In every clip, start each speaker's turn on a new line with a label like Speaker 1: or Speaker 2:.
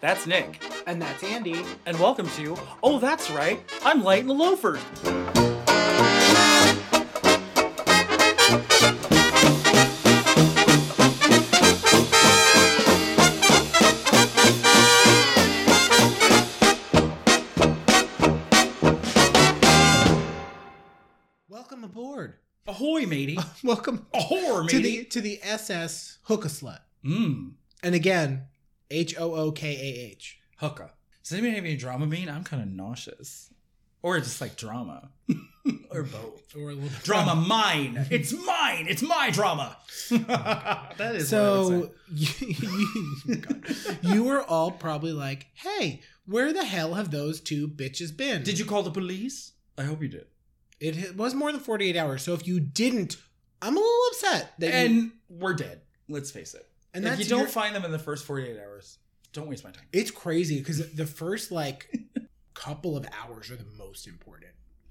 Speaker 1: That's Nick.
Speaker 2: And that's Andy.
Speaker 1: And welcome to Oh, that's right, I'm Light and Loafer.
Speaker 2: Welcome aboard.
Speaker 1: Ahoy, matey.
Speaker 2: Welcome
Speaker 1: Ahoy,
Speaker 2: to the to the SS Hook a Slut.
Speaker 1: Mmm,
Speaker 2: And again, H O O K A H.
Speaker 1: hookah. Does anybody have any drama bean? I'm kind of nauseous. Or just like drama. or both.
Speaker 2: Or a little
Speaker 1: Drama mine. It's mine. It's my drama. Hmm. that is
Speaker 2: So you, you, you were all probably like, "Hey, where the hell have those two bitches been?"
Speaker 1: Did you call the police? I hope you did.
Speaker 2: It h- was more than forty eight hours. So if you didn't, I'm a little upset that
Speaker 1: and
Speaker 2: you,
Speaker 1: we're dead. Let's face it.
Speaker 2: and
Speaker 1: if
Speaker 2: that's
Speaker 1: you don't
Speaker 2: your-
Speaker 1: find them in the first 48 hours, don't waste my time.
Speaker 2: It's crazy because the first like couple of hours are the most important.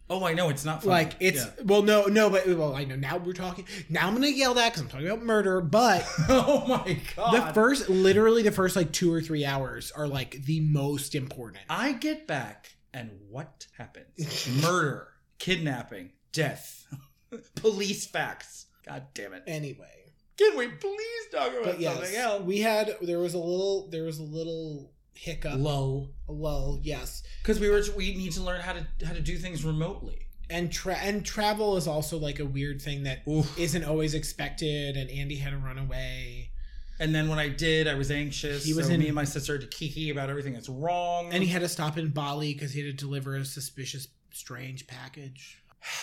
Speaker 1: Oh, I know. It's not fun.
Speaker 2: Like it's
Speaker 1: Yeah.
Speaker 2: well, no, no, but well, I know now we're talking. Now I'm gonna yell that because I'm talking about murder. But
Speaker 1: oh my God.
Speaker 2: the first, literally, the first like two or three hours are like the most important.
Speaker 1: I get back, and what happens? Murder, kidnapping, death, police facts. God damn it!
Speaker 2: Anyway,
Speaker 1: Can we please talk about
Speaker 2: but yes,
Speaker 1: something else?
Speaker 2: we had there was a little there was a little hiccup,
Speaker 1: Lull,
Speaker 2: a lull, yes,
Speaker 1: because we were we need to learn how to how to do things remotely.
Speaker 2: and tra- and travel is also like a weird thing that
Speaker 1: Oof.
Speaker 2: isn't always expected. And Andy had to run away,
Speaker 1: And then when I did, I was anxious.
Speaker 2: He was
Speaker 1: so
Speaker 2: in-
Speaker 1: me and my sister had to kiki about everything that's wrong.
Speaker 2: and he had to stop in Bali because he had to deliver a suspicious, strange package.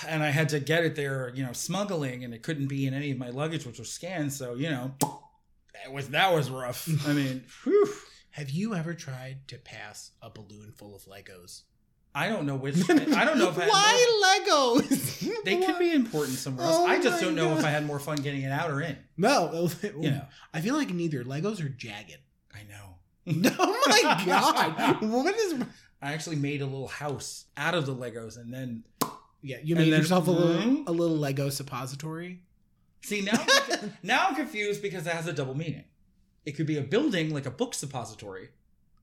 Speaker 1: and I had to get it there, you know, smuggling, and it couldn't be in any of my luggage, which was scanned. So you know, that was that was rough. I mean, whew.
Speaker 2: Have you ever tried to pass a balloon full of Legos?
Speaker 1: I don't know which. I don't know if I
Speaker 2: Why Legos?
Speaker 1: They could be important somewhere else.
Speaker 2: Oh
Speaker 1: I just
Speaker 2: my
Speaker 1: don't know if
Speaker 2: God.
Speaker 1: I had more fun getting it out or in.
Speaker 2: No,
Speaker 1: You know,
Speaker 2: I feel like neither Legos are jagged.
Speaker 1: I know.
Speaker 2: oh my god! What is?
Speaker 1: I actually made a little house out of the Legos, and then
Speaker 2: Yeah, you
Speaker 1: And
Speaker 2: made
Speaker 1: then-
Speaker 2: yourself a little
Speaker 1: Mhm.
Speaker 2: a little Lego suppository.
Speaker 1: see now. I'm confu- now I'm confused because it has a double meaning. It could be a building like a book suppository,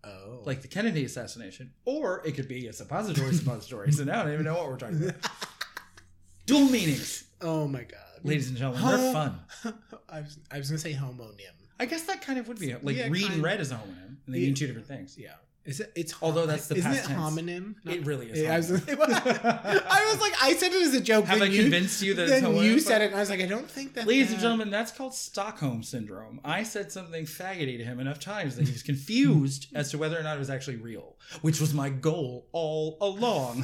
Speaker 2: Oh,
Speaker 1: like the Kennedy assassination, or it could be a suppository suppository. So now I don't even know what we're talking about. Dual meanings,
Speaker 2: oh my god,
Speaker 1: ladies and gentlemen. They're fun.
Speaker 2: I was I was gonna say homonym.
Speaker 1: I guess that kind of would be like
Speaker 2: Yeah,
Speaker 1: read
Speaker 2: kind
Speaker 1: and
Speaker 2: of.
Speaker 1: read is a homonym, and they
Speaker 2: Yeah.
Speaker 1: mean two different things.
Speaker 2: Yeah, is it? It's
Speaker 1: Although that's the
Speaker 2: isn't
Speaker 1: past
Speaker 2: it
Speaker 1: tense.
Speaker 2: homonym? Not-
Speaker 1: It really is.
Speaker 2: Yeah, I was.
Speaker 1: homonym.
Speaker 2: I was like, I said it as a joke.
Speaker 1: Have I
Speaker 2: then you-
Speaker 1: convinced you that it's
Speaker 2: Then you
Speaker 1: homonym?
Speaker 2: said it, and I was like, I don't think that.
Speaker 1: Ladies and
Speaker 2: that-
Speaker 1: gentlemen, that's called Stockholm syndrome. I said something faggoty to him enough times that he was confused as to whether or not it was actually real, which was my goal all along.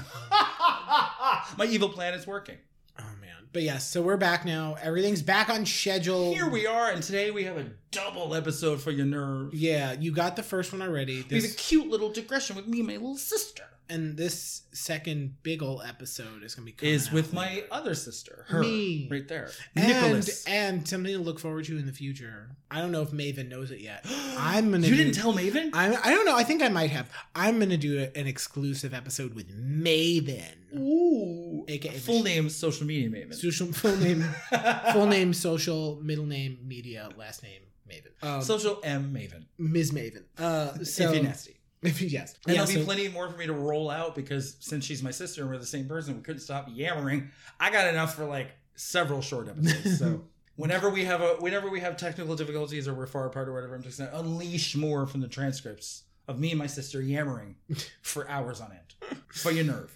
Speaker 1: my evil plan is working.
Speaker 2: Oh man. But yes, so we're back now. Everything's back on schedule.
Speaker 1: Here we are, and today we have a double episode for your nerve.
Speaker 2: Yeah, you got the first one already.
Speaker 1: We have a
Speaker 2: This,
Speaker 1: cute little digression with me and my little sister.
Speaker 2: and this second big ol' episode is gonna be coming
Speaker 1: Is
Speaker 2: out
Speaker 1: with my
Speaker 2: later.
Speaker 1: other sister, her,
Speaker 2: Me.
Speaker 1: right there,
Speaker 2: and,
Speaker 1: Nicholas.
Speaker 2: and something to look forward to in the future. I don't know if Maven knows it yet. I'm gonna
Speaker 1: You
Speaker 2: do-
Speaker 1: didn't tell Maven?
Speaker 2: I I don't know. I think I might have. I'm gonna do a- an exclusive episode with Maven,
Speaker 1: Ooh.
Speaker 2: aka
Speaker 1: Full name, social media Maven.
Speaker 2: social full name full name social middle name media last name Maven. Um,
Speaker 1: Social M Maven.
Speaker 2: Ms. Maven. Uh, so
Speaker 1: if you're nasty.
Speaker 2: if you- yes,
Speaker 1: And
Speaker 2: Yeah,
Speaker 1: there'll be
Speaker 2: so-
Speaker 1: plenty more for me to roll out because since she's my sister and we're the same person, we couldn't stop yammering. I got enough for like several short episodes. So whenever we have a whenever we have technical difficulties or we're far apart or whatever, I'm just gonna unleash more from the transcripts of me and my sister yammering for hours on end. For your nerve.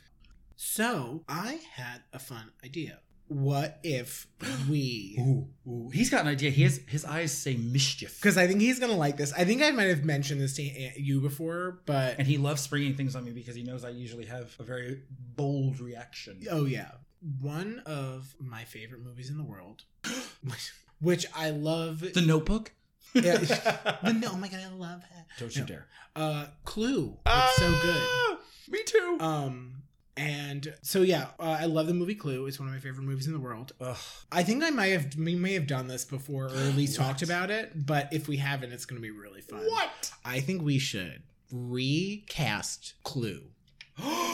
Speaker 2: So I had a fun idea. What if we?
Speaker 1: Ooh, ooh. He's got an idea. He has his eyes say mischief.
Speaker 2: Because I think he's gonna like this. I think I might have mentioned this to Aunt- you before, but
Speaker 1: And he loves springing things on me because he knows I usually have a very bold reaction.
Speaker 2: oh yeah, one of my favorite movies in the world, which I love.
Speaker 1: The Notebook.
Speaker 2: Yeah. But no, oh my god, I love it.
Speaker 1: Don't you
Speaker 2: No.
Speaker 1: dare. Ah,
Speaker 2: Uh, Clue. It's so good.
Speaker 1: Me too.
Speaker 2: Um, and so yeah, uh, I love the movie Clue. It's one of my favorite movies in the world. I think I might have we may have done this before, or at least
Speaker 1: What?
Speaker 2: talked about it. But if we haven't, it's gonna be really fun.
Speaker 1: What?
Speaker 2: I think we should recast Clue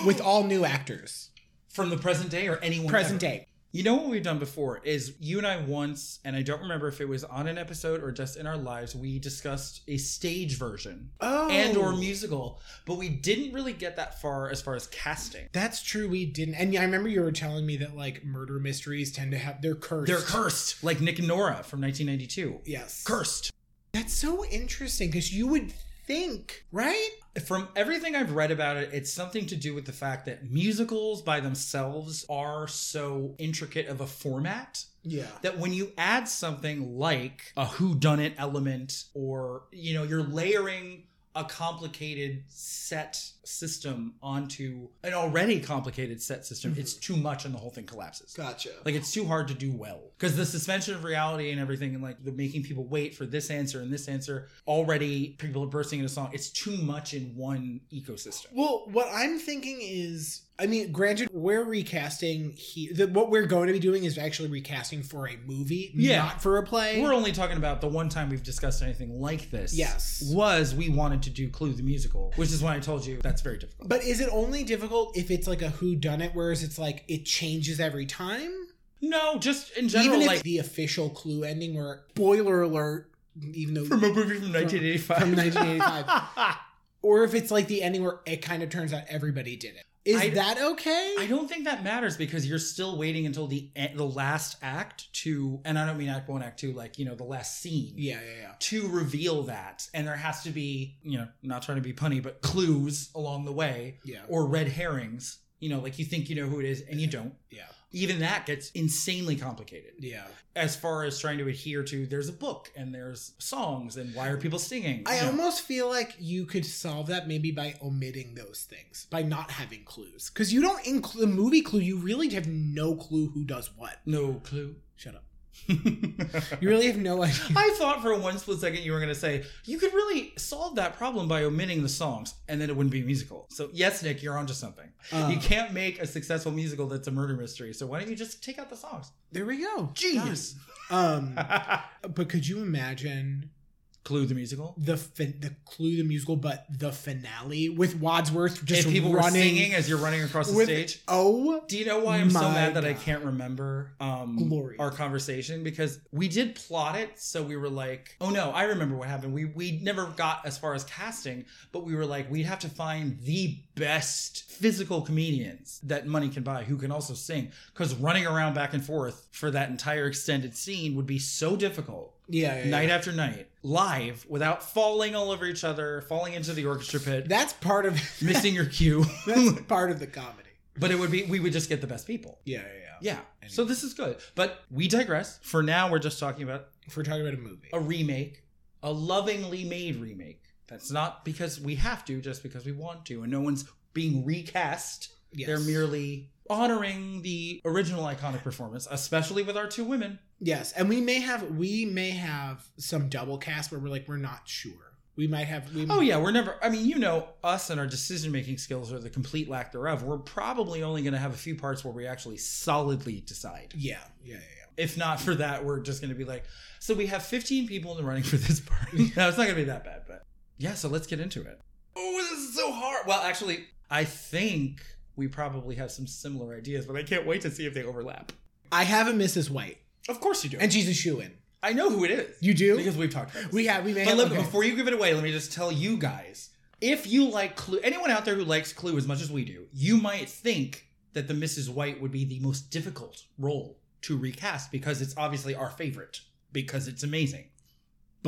Speaker 2: with all new actors.
Speaker 1: from the present day or anyone
Speaker 2: Present
Speaker 1: ever?
Speaker 2: day.
Speaker 1: You know what we've done before is you and I once, and I don't remember if it was on an episode or just in our lives, we discussed a stage version
Speaker 2: Oh,
Speaker 1: and or musical, but we didn't really get that far as far as casting.
Speaker 2: That's true. We didn't, and yeah, I remember you were telling me that like murder mysteries tend to have they're cursed.
Speaker 1: They're cursed, like Nick and Nora from 1992.
Speaker 2: Yes,
Speaker 1: Cursed.
Speaker 2: That's so interesting because you would think, right?
Speaker 1: From everything I've read about it, it's something to do with the fact that musicals by themselves are so intricate of a format
Speaker 2: Yeah.
Speaker 1: that when you add something like a whodunit element or you know you're layering a complicated set system onto an already complicated set system
Speaker 2: Mhm.
Speaker 1: it's too much and the whole thing collapses
Speaker 2: Gotcha.
Speaker 1: like it's too hard to do well because the suspension of reality and everything and like the making people wait for this answer and this answer already people are bursting into song it's too much in one ecosystem
Speaker 2: Well, what I'm thinking is, I mean, granted, we're recasting. He, the, what we're going to be doing is actually recasting for a movie,
Speaker 1: Yeah.
Speaker 2: not for a play.
Speaker 1: we're only talking about the one time we've discussed anything like this.
Speaker 2: Yes.
Speaker 1: Was we wanted to do Clue the musical, which is why I told you that's very difficult.
Speaker 2: but is it only difficult if it's like a who done it, whereas it's like it changes every time?
Speaker 1: no, just in general,
Speaker 2: even if
Speaker 1: like
Speaker 2: the official clue ending were spoiler alert, even though
Speaker 1: from a movie from 1985.
Speaker 2: from 1985. or if it's like the ending where it kind of turns out everybody did it. Is
Speaker 1: I-
Speaker 2: that okay?
Speaker 1: I don't think that matters because you're still waiting until the e- the last act to, and I don't mean act one, act two, like you know the last scene.
Speaker 2: yeah, yeah, yeah.
Speaker 1: To reveal that, and there has to be, you know, not trying to be punny, but clues along the way
Speaker 2: Yeah.
Speaker 1: or red herrings. You know, like you think you know who it is and you don't.
Speaker 2: Yeah.
Speaker 1: Even that gets insanely complicated.
Speaker 2: Yeah.
Speaker 1: as far as trying to adhere to there's a book and there's songs and why are people singing
Speaker 2: I
Speaker 1: You know.
Speaker 2: almost feel like you could solve that maybe by omitting those things, by not having clues. Because you don't include the movie clue, you really have no clue who does what.
Speaker 1: no clue
Speaker 2: Shut up. You really have no idea.
Speaker 1: i thought for one split second you were going to say you could really solve that problem by omitting the songs and then it wouldn't be a musical so yes nick you're onto something
Speaker 2: Uh,
Speaker 1: you can't make a successful musical that's a murder mystery so why don't you just take out the songs
Speaker 2: there we go.
Speaker 1: genius
Speaker 2: Done. Um, but could you imagine
Speaker 1: clue the musical
Speaker 2: the fin- the clue, the musical, but the finale with Wadsworth just
Speaker 1: if people
Speaker 2: running
Speaker 1: were singing as you're running across the
Speaker 2: with-
Speaker 1: stage
Speaker 2: Oh,
Speaker 1: Do you know why I'm so
Speaker 2: My
Speaker 1: mad that I
Speaker 2: God.
Speaker 1: can't remember um,
Speaker 2: Glorious.
Speaker 1: our conversation? Because we did plot it, so we were like, "Oh no, I remember what happened." We we never got as far as casting, but we were like, "We'd have to find the best physical comedians that money can buy who can also sing." Because running around back and forth for that entire extended scene would be so difficult,
Speaker 2: yeah, yeah, yeah.
Speaker 1: night after night, live, without falling all over each other, falling into the orchestra pit,
Speaker 2: That's part of
Speaker 1: missing your cue.
Speaker 2: that's part of the comedy.
Speaker 1: but it would be we would just get the best people.
Speaker 2: Yeah, yeah,
Speaker 1: Yeah.
Speaker 2: Anyway.
Speaker 1: So this is good. But we digress. For now, we're just talking about
Speaker 2: If we're talking about a movie,
Speaker 1: a remake, a lovingly made remake. That's not because we have to, just because we want to. And no one's being recast.
Speaker 2: Yes.
Speaker 1: They're merely honoring the original iconic performance, especially with our two women.
Speaker 2: Yes, and we may have we may have some double cast where we're like we're not sure. We might have. We,
Speaker 1: Oh, yeah. We're never, I mean, you know, us and our decision making skills or the complete lack thereof. We're probably only going to have a few parts where we actually solidly decide.
Speaker 2: yeah, yeah, yeah,
Speaker 1: If not for that, we're just going to be like, so we have 15 people in the running for this party. no, it's not going to be that bad, but yeah, so let's get into it. Oh, this is so hard. Well, actually, I think we probably have some similar ideas, but I can't wait to see if they overlap.
Speaker 2: yeah. I have a Mrs. White,
Speaker 1: Of course you do.
Speaker 2: and she's a shoe in.
Speaker 1: I know who it is
Speaker 2: You do?
Speaker 1: because we've talked about this.
Speaker 2: we have. We may
Speaker 1: But
Speaker 2: have.
Speaker 1: look,
Speaker 2: okay.
Speaker 1: before you give it away, let me just tell you guys if you like Clue, anyone out there who likes Clue as much as we do, you might think that the Mrs. White would be the most difficult role to recast because it's obviously our favorite, because it's amazing.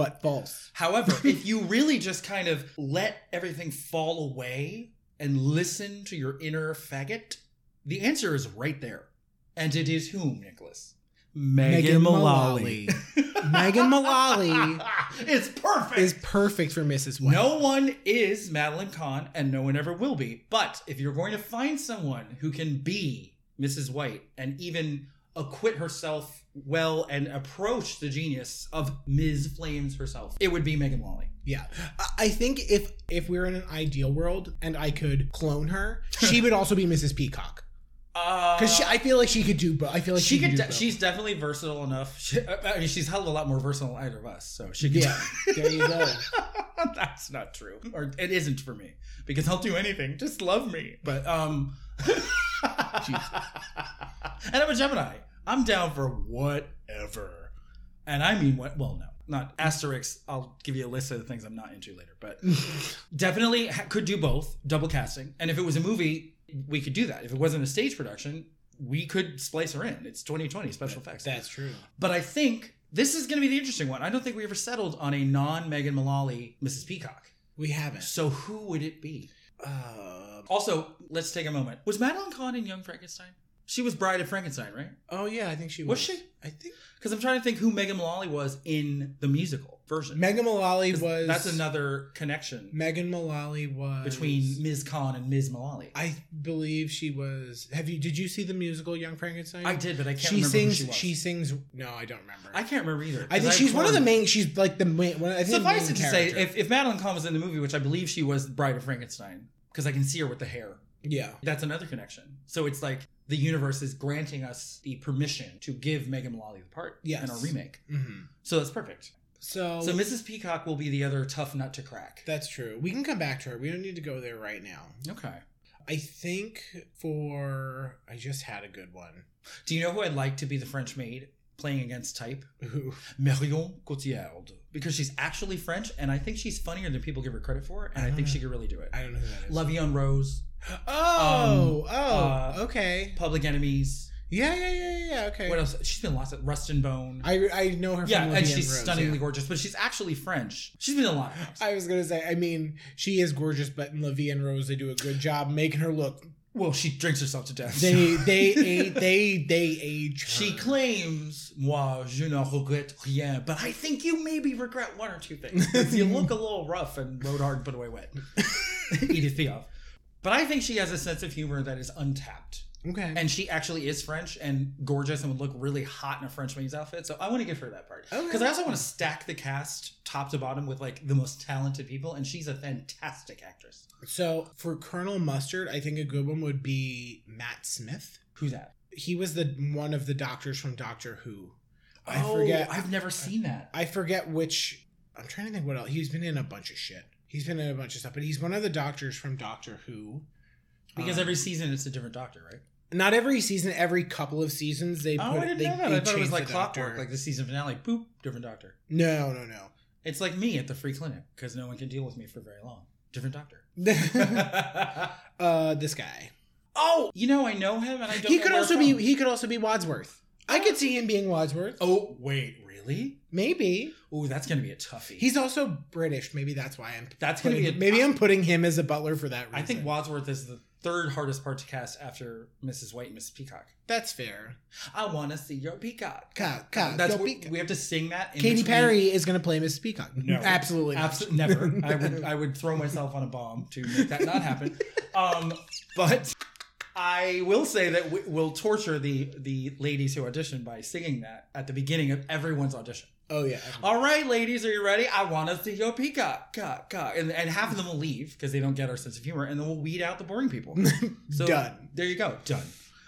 Speaker 2: but false.
Speaker 1: However, if you really just kind of let everything fall away and listen to your inner faggot, the answer is right there. And it is whom, Nicholas?
Speaker 2: Megan Mullally. Megan Mullally
Speaker 1: it's perfect.
Speaker 2: is perfect for Mrs. White.
Speaker 1: No one is Madeline Kahn, and no one ever will be. But if you're going to find someone who can be Mrs. White and even acquit herself well and approach the genius of Ms. Flames herself, it would be Megan Wally.
Speaker 2: Yeah, I- I think if if we were in an ideal world and I could clone her, she would also be Mrs. Peacock because
Speaker 1: Because
Speaker 2: I feel like she could do. both. I feel like Uh, she,
Speaker 1: she could.
Speaker 2: do
Speaker 1: De-
Speaker 2: both.
Speaker 1: she's definitely versatile enough. She, I mean, she's hell of a lot more versatile than either of us. So she could.
Speaker 2: yeah. there you go.
Speaker 1: That's not true, or it isn't for me because I'll do anything. Just love me, but um,
Speaker 2: Jesus.
Speaker 1: and I'm a Gemini. I'm down for whatever. And I mean what? Well, no, not asterisks. I'll give you a list of the things I'm not into later, but definitely ha- could do both double casting. And if it was a movie, we could do that. If it wasn't a stage production, we could splice her in. It's 2020 special effects.
Speaker 2: That's true.
Speaker 1: But I think this is going to be the interesting one. I don't think we ever settled on a non Megan Mullally Mrs. Peacock.
Speaker 2: We haven't.
Speaker 1: So who would it be?
Speaker 2: Um,
Speaker 1: Also, let's take a moment. Was Madeline Kahn in Young Frankenstein? She was Bride of Frankenstein, right?
Speaker 2: oh yeah, I think she was.
Speaker 1: Was she?
Speaker 2: I think
Speaker 1: Because I'm trying to think who Megan Mullally was in the musical version.
Speaker 2: Megan Mullally
Speaker 1: 'Cause
Speaker 2: was.
Speaker 1: That's another connection
Speaker 2: Megan Mullally was
Speaker 1: between Ms. Kahn and Ms. Mullally. I,
Speaker 2: I believe she was. Have you? Did you see the musical Young Frankenstein?
Speaker 1: did, but I can't
Speaker 2: she
Speaker 1: remember
Speaker 2: sings.
Speaker 1: who she was.
Speaker 2: sings. No, I don't remember.
Speaker 1: I can't remember either.
Speaker 2: I
Speaker 1: 'cause
Speaker 2: think she's one of the
Speaker 1: totally-
Speaker 2: main. She's like the main. One, I think
Speaker 1: Suffice
Speaker 2: main
Speaker 1: it to say,
Speaker 2: character.
Speaker 1: if, if Madeline Kahn was in the movie, which I believe she was Bride of Frankenstein, because I can see her with the hair,
Speaker 2: yeah,
Speaker 1: that's another connection. So it's like the universe is granting us the permission to give Megan Mullally the part
Speaker 2: Yes.
Speaker 1: in our remake.
Speaker 2: hmm
Speaker 1: So that's perfect.
Speaker 2: so,
Speaker 1: So Mrs. Peacock will be the other tough nut to crack.
Speaker 2: that's true. We can come back to her. We don't need to go there right now.
Speaker 1: okay.
Speaker 2: I think for I just had a good one.
Speaker 1: Do you know who I'd like to be the French maid playing against type?
Speaker 2: Who?
Speaker 1: Marion Cotillard. Because she's actually French, and I think she's funnier than people give her credit for, and I think she could really do it.
Speaker 2: Uh-huh. I don't know who that is.
Speaker 1: Lavion Rose,
Speaker 2: Oh, oh,
Speaker 1: uh,
Speaker 2: okay.
Speaker 1: Public Enemies.
Speaker 2: Yeah, yeah, yeah, yeah, yeah. Okay.
Speaker 1: What else? She's been lots of Rust and Bone.
Speaker 2: I I know her.
Speaker 1: yeah,
Speaker 2: from
Speaker 1: and
Speaker 2: Olivia
Speaker 1: she's
Speaker 2: Rose,
Speaker 1: stunningly
Speaker 2: yeah.
Speaker 1: gorgeous, but she's actually French. She's been in a lot of things.
Speaker 2: I was gonna say. I mean, she is gorgeous, but in Levy and Rose, they do a good job making her look.
Speaker 1: Well, she drinks herself to death.
Speaker 2: They they a- they they age. Her.
Speaker 1: She claims, moi, je ne regrette rien, but I think you maybe regret one or two things. 'Cause you look a little rough and rode hard, put away wet. Edith Piaf. But I think she has a sense of humor that is untapped.
Speaker 2: okay.
Speaker 1: And she actually is French and gorgeous and would look really hot in a French maid's outfit. So I want to give her that part.
Speaker 2: Okay.
Speaker 1: Because I also want to stack the cast top to bottom with like the most talented people. And she's a fantastic actress.
Speaker 2: so for Colonel Mustard, I think a good one would be Matt Smith.
Speaker 1: Who's that?
Speaker 2: He was the one of the doctors from Doctor Who. I forget.
Speaker 1: Oh, I've never seen that.
Speaker 2: I forget which. I'm trying to think what else. He's been in a bunch of shit. He's been in a bunch of stuff, but he's one of the doctors from Doctor Who.
Speaker 1: Because
Speaker 2: Um,
Speaker 1: every season it's a different doctor, right?
Speaker 2: not every season, every couple of seasons they.
Speaker 1: Oh,
Speaker 2: put,
Speaker 1: I didn't
Speaker 2: they,
Speaker 1: know that.
Speaker 2: they
Speaker 1: I thought it was
Speaker 2: change
Speaker 1: like
Speaker 2: the
Speaker 1: clockwork,
Speaker 2: doctor.
Speaker 1: like the season finale. Boop, different doctor.
Speaker 2: no, no, no.
Speaker 1: It's like me at the free clinic because no one can deal with me for very long. Different doctor.
Speaker 2: uh, this guy.
Speaker 1: oh, you know I know him, and I don't.
Speaker 2: He
Speaker 1: know
Speaker 2: could
Speaker 1: where
Speaker 2: also
Speaker 1: from.
Speaker 2: be. He could also be Wadsworth. I could see him being Wadsworth.
Speaker 1: Oh wait, really?
Speaker 2: Maybe
Speaker 1: Oh, that's gonna be a toughie.
Speaker 2: he's also British. Maybe that's why I'm.
Speaker 1: that's gonna
Speaker 2: Putting,
Speaker 1: be a
Speaker 2: maybe I'm putting him as a butler for that reason.
Speaker 1: I think Wadsworth is the third hardest part to cast after Mrs. White and Mrs. Peacock.
Speaker 2: that's fair.
Speaker 1: I want to see your peacock.
Speaker 2: Ka, ka,
Speaker 1: that's
Speaker 2: yo,
Speaker 1: what,
Speaker 2: peacock.
Speaker 1: we have to sing that. In
Speaker 2: Katy
Speaker 1: between.
Speaker 2: Perry is going to play Miss Peacock.
Speaker 1: No.
Speaker 2: absolutely, not.
Speaker 1: Absolutely never. I would I would throw myself on a bomb to make that not happen. Um, but I will say that we, we'll torture the the ladies who audition by singing that at the beginning of everyone's audition.
Speaker 2: Oh yeah.
Speaker 1: All right, ladies, are you ready? I want to see your peacock, cock, cock. And, and half of them will leave because they don't get our sense of humor, and then we'll weed out the boring people. So
Speaker 2: Done.
Speaker 1: There you go. Done.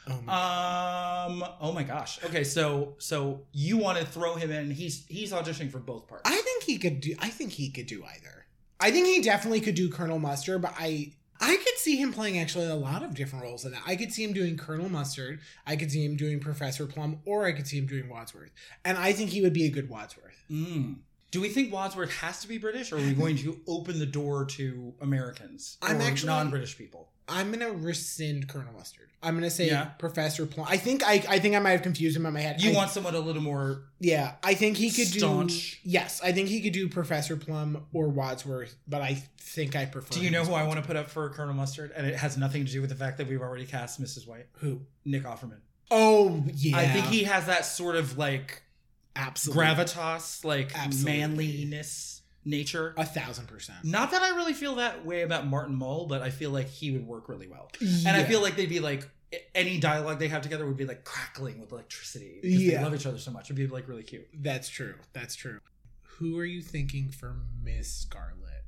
Speaker 2: Oh, my-
Speaker 1: Um. Oh my gosh. Okay. So so you want to throw him in? He's he's auditioning for both parts.
Speaker 2: I think he could do. I think he could do either. I think he definitely could do Colonel Mustard, but I I could see him playing actually a lot of different roles in that. I could see him doing Colonel Mustard. I could see him doing Professor Plum, or I could see him doing Wadsworth. And I think he would be a good Wadsworth.
Speaker 1: Mm. Do we think Wadsworth has to be British, or are we going to open the door to Americans
Speaker 2: I'm
Speaker 1: or
Speaker 2: actually-
Speaker 1: non-British people?
Speaker 2: I'm gonna rescind Colonel Mustard. I'm gonna say
Speaker 1: Yeah.
Speaker 2: Professor Plum. I think I I think I might have confused him in my head.
Speaker 1: You
Speaker 2: I-
Speaker 1: want someone a little more
Speaker 2: Yeah, I think he could
Speaker 1: Staunch.
Speaker 2: do. Yes, I think he could do Professor Plum or Wadsworth, but I think I prefer.
Speaker 1: Do you know who I want to put up for Colonel Mustard? And it has nothing to do with the fact that we've already cast Mrs. White,
Speaker 2: Who?
Speaker 1: Nick Offerman.
Speaker 2: Oh yeah,
Speaker 1: I think he has that sort of like
Speaker 2: absolutely
Speaker 1: gravitas, like
Speaker 2: Absolutely.
Speaker 1: manliness nature.
Speaker 2: a thousand percent.
Speaker 1: Not that I really feel that way about Martin Mull, but I feel like he would work really well. And I
Speaker 2: Yeah.
Speaker 1: feel like they'd be like any dialogue they have together would be like crackling with electricity. Because
Speaker 2: Yeah.
Speaker 1: They love each other so much. It'd be like really cute.
Speaker 2: that's true. That's true. Who are you thinking for Miss Scarlet?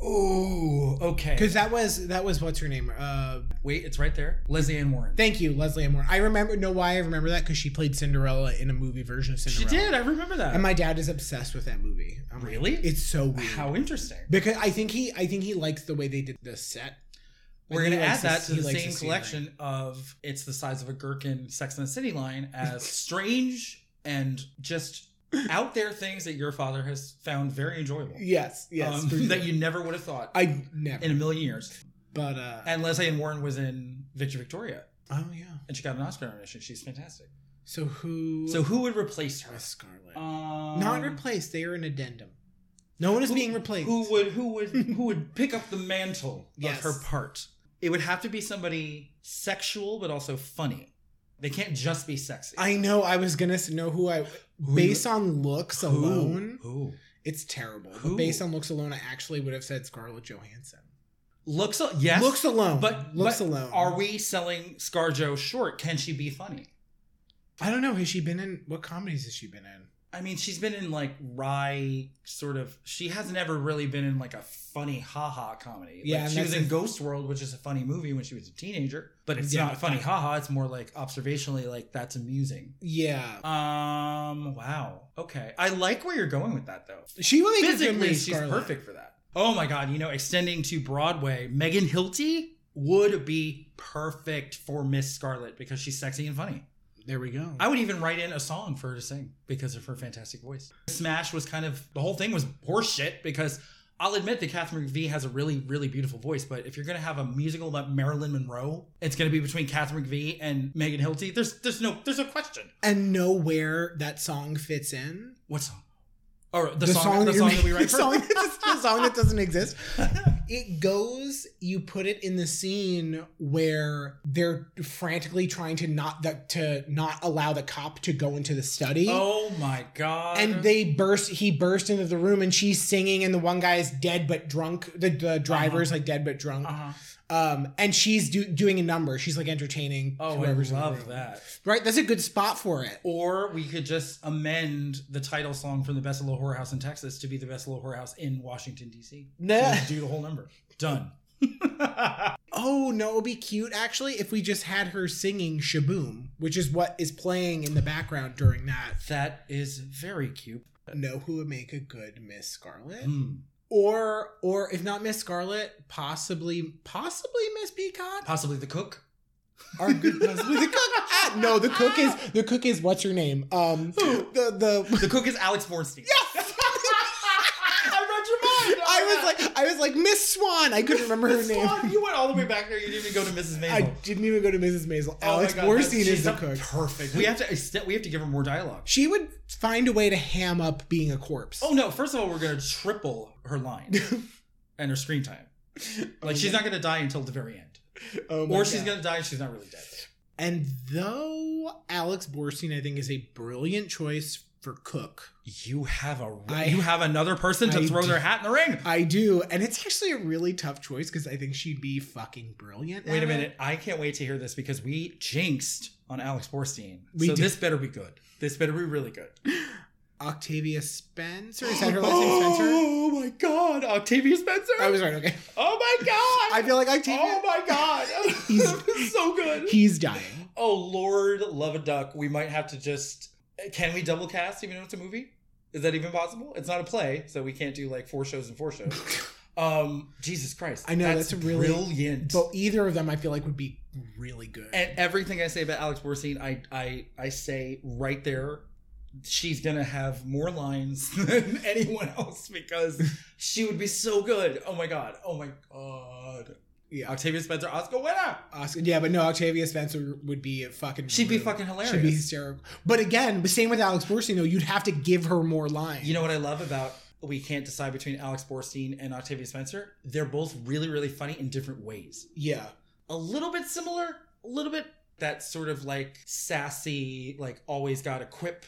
Speaker 1: Oh, okay.
Speaker 2: Because that was that was what's her name? Uh,
Speaker 1: Wait, it's right there. Leslie Ann Warren.
Speaker 2: thank you, Leslie Amore. I remember. Know why I remember that? Because she played Cinderella in a movie version of
Speaker 1: she
Speaker 2: Cinderella.
Speaker 1: did. I remember that.
Speaker 2: And my dad is obsessed with that movie. I'm like,
Speaker 1: Really?
Speaker 2: It's so weird.
Speaker 1: How interesting.
Speaker 2: Because I think he I think he likes the way they did the set.
Speaker 1: We're going to
Speaker 2: he likes
Speaker 1: add that
Speaker 2: to-
Speaker 1: to
Speaker 2: he
Speaker 1: the
Speaker 2: likes
Speaker 1: same
Speaker 2: to see it, right?
Speaker 1: collection of It's the Size of a Gherkin Sex and the City line as strange and just out there things that your father has found very enjoyable.
Speaker 2: Yes, yes.
Speaker 1: um,
Speaker 2: for sure.
Speaker 1: that you never would have thought
Speaker 2: I never.
Speaker 1: in a million years.
Speaker 2: but uh,
Speaker 1: And Leslie and Warren was in Victor Victoria
Speaker 2: oh yeah.
Speaker 1: and she got an Oscar nomination. She's fantastic.
Speaker 2: So who?
Speaker 1: So who would replace her?
Speaker 2: Miss Scarlet?
Speaker 1: Um,
Speaker 2: Not replaced. They are an addendum. No one is
Speaker 1: who-
Speaker 2: being replaced.
Speaker 1: Who would who would who would pick up the mantle
Speaker 2: Yes.
Speaker 1: of her part? It would have to be somebody sexual but also funny. They can't just be sexy.
Speaker 2: I know. I was gonna s- know who I
Speaker 1: Who-
Speaker 2: based on looks
Speaker 1: who-
Speaker 2: alone.
Speaker 1: Who
Speaker 2: It's terrible. But
Speaker 1: Who?
Speaker 2: based on looks alone, I actually would have said Scarlett Johansson.
Speaker 1: looks? al- Yes,
Speaker 2: Looks alone.
Speaker 1: But
Speaker 2: looks
Speaker 1: but
Speaker 2: alone.
Speaker 1: Are we selling ScarJo short? Can she be funny?
Speaker 2: I don't know. Has she been in what comedies has she been in?
Speaker 1: I mean, she's been in like wry sort of. She has never really been in like a funny ha ha comedy.
Speaker 2: Yeah,
Speaker 1: like,
Speaker 2: and
Speaker 1: she was
Speaker 2: that's
Speaker 1: in
Speaker 2: the-
Speaker 1: Ghost World, which is a funny movie when she was a teenager, but it's
Speaker 2: Yeah,
Speaker 1: not
Speaker 2: but
Speaker 1: funny
Speaker 2: that-
Speaker 1: ha ha. It's more like observationally, like that's amusing.
Speaker 2: Yeah,
Speaker 1: Um. Wow. Okay. I like where you're going with that, though.
Speaker 2: she would make a good
Speaker 1: Physically,
Speaker 2: Miss
Speaker 1: she's
Speaker 2: Scarlet.
Speaker 1: perfect for that. Oh my God. You know, extending to Broadway, Megan Hilty would be perfect for Miss Scarlet because she's sexy and funny.
Speaker 2: There we go.
Speaker 1: I would even write in a song for her to sing because of her fantastic voice. Smash was kind of the whole thing was horseshit because I'll admit that Catherine McVie has a really, really beautiful voice, but if you're gonna have a musical about Marilyn Monroe, it's gonna be between Catherine McVie and Megan Hilty. There's there's no there's no question.
Speaker 2: and know where that song fits in.
Speaker 1: What song? Or the, song, the
Speaker 2: you're
Speaker 1: song that we
Speaker 2: making-
Speaker 1: write
Speaker 2: the
Speaker 1: for.
Speaker 2: song that does- the song that doesn't exist. It goes. You put it in the scene where they're frantically trying to not the, to not allow the cop to go into the study.
Speaker 1: oh my god.
Speaker 2: And they burst. He burst into the room, and she's singing, and the one guy is dead but drunk. The, the driver's like dead but drunk.
Speaker 1: uh-huh.
Speaker 2: Um, and she's do, doing a number. She's like entertaining.
Speaker 1: Oh, I
Speaker 2: whoever's in the
Speaker 1: love
Speaker 2: room.
Speaker 1: that.
Speaker 2: Right, that's a good spot for it.
Speaker 1: Or we could just amend the title song from the Best Little Whorehouse in Texas to be the Best Little Whorehouse in Washington D.C.
Speaker 2: Nah.
Speaker 1: So do the whole number. Done.
Speaker 2: Oh no, it would be cute actually if we just had her singing Shaboom, which is what is playing in the background during that.
Speaker 1: That is very cute.
Speaker 2: Know who would make a good Miss Scarlet?
Speaker 1: Hmm.
Speaker 2: Or or if not Miss Scarlet, possibly possibly Miss Peacock?
Speaker 1: Possibly the cook.
Speaker 2: Or good possibly the cook. Ah, no, the cook is the cook is what's her name? Um
Speaker 1: Who?
Speaker 2: the the
Speaker 1: The cook is Alex Bornstein.
Speaker 2: Yes!
Speaker 1: I read your mind. Oh
Speaker 2: I was like I was like Miss Swan. I couldn't remember her
Speaker 1: Miss
Speaker 2: name.
Speaker 1: Swan, you went all the way back there. You didn't even go to Mrs.
Speaker 2: I
Speaker 1: Maisel.
Speaker 2: didn't even go to Mrs. Maisel.
Speaker 1: Oh my
Speaker 2: Alex
Speaker 1: God, that's-
Speaker 2: Borstein
Speaker 1: she's
Speaker 2: is the
Speaker 1: a-
Speaker 2: cook.
Speaker 1: Perfect. We have to extend, we have to give her more dialogue.
Speaker 2: She would find a way to ham up being a corpse.
Speaker 1: Oh no! First of all, we're gonna triple her line and her screen time. Like she's not gonna die until the very end,
Speaker 2: Oh my
Speaker 1: or she's
Speaker 2: God.
Speaker 1: gonna die and she's not really dead.
Speaker 2: And though Alex Borstein, I think, is a brilliant choice for cook,
Speaker 1: You have a
Speaker 2: I-
Speaker 1: you have another person to
Speaker 2: I
Speaker 1: throw
Speaker 2: do-
Speaker 1: their hat in the ring.
Speaker 2: I do, and it's actually a really tough choice because I think she'd be fucking brilliant.
Speaker 1: Wait
Speaker 2: at
Speaker 1: a
Speaker 2: it.
Speaker 1: minute! I can't wait to hear this because we jinxed on Alex Borstein.
Speaker 2: We
Speaker 1: so
Speaker 2: did.
Speaker 1: this better be good. This better be really good.
Speaker 2: Octavia Spencer is that her last name Spencer?
Speaker 1: Oh my god, Octavia Spencer!
Speaker 2: I was right. Okay,
Speaker 1: oh my god!
Speaker 2: I feel like
Speaker 1: oh
Speaker 2: Octavia.
Speaker 1: my god!
Speaker 2: He's-
Speaker 1: so good.
Speaker 2: He's dying.
Speaker 1: Oh Lord, love a duck. We might have to just. Can we double cast even though it's a movie? Is that even possible? It's not a play, so we can't do like four shows and four shows. Um, Jesus Christ!
Speaker 2: I know, that's a really-
Speaker 1: brilliant.
Speaker 2: But either of them, I feel like, would be really good.
Speaker 1: and everything I say about Alex Borstein, I I I say right there, she's gonna have more lines than anyone else because she would be so good. Oh my god! Oh my god!
Speaker 2: yeah,
Speaker 1: Octavia Spencer, Oscar winner.
Speaker 2: Oscar. Yeah, but no, Octavia Spencer would be a fucking.
Speaker 1: She'd be
Speaker 2: brilliant.
Speaker 1: fucking hilarious.
Speaker 2: Should be hysterical. But again, the same with Alex Borstein, though. You'd have to give her more lines.
Speaker 1: You know what I love about we can't decide between Alex Borstein and Octavia Spencer? They're both really, really funny in different ways.
Speaker 2: Yeah.
Speaker 1: A little bit similar, a little bit that sort of like sassy, like always got a quip,